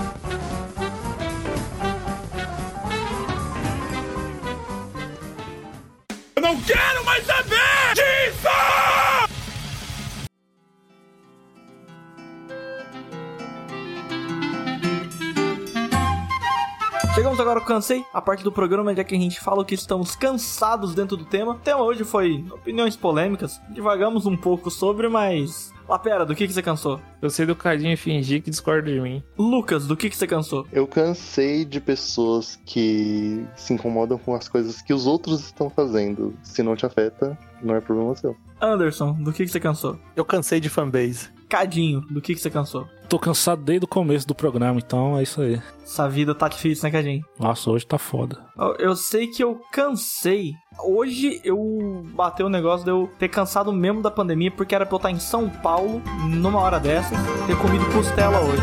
Chegamos agora ao Cansei, a parte do programa onde é que a gente fala o que estamos cansados dentro do tema. O tema hoje foi opiniões polêmicas, divagamos um pouco sobre, mas... Lapera, do que, que você cansou? Eu sei do Cadinho fingir que discorda de mim. Lucas, do que, que você cansou? Eu cansei de pessoas que se incomodam com as coisas que os outros estão fazendo. Se não te afeta, não é problema seu. Anderson, do que, que você cansou? Eu cansei de fanbase. Cadinho, do que, que você cansou? Tô cansado desde o começo do programa, então é isso aí. Essa vida tá difícil, né, Cadinho? Nossa, hoje tá foda. Eu- Eu sei que eu cansei. Hoje eu bateu o negócio de eu ter cansado mesmo da pandemia, porque era pra eu estar em São Paulo, numa hora dessa, ter comido costela hoje.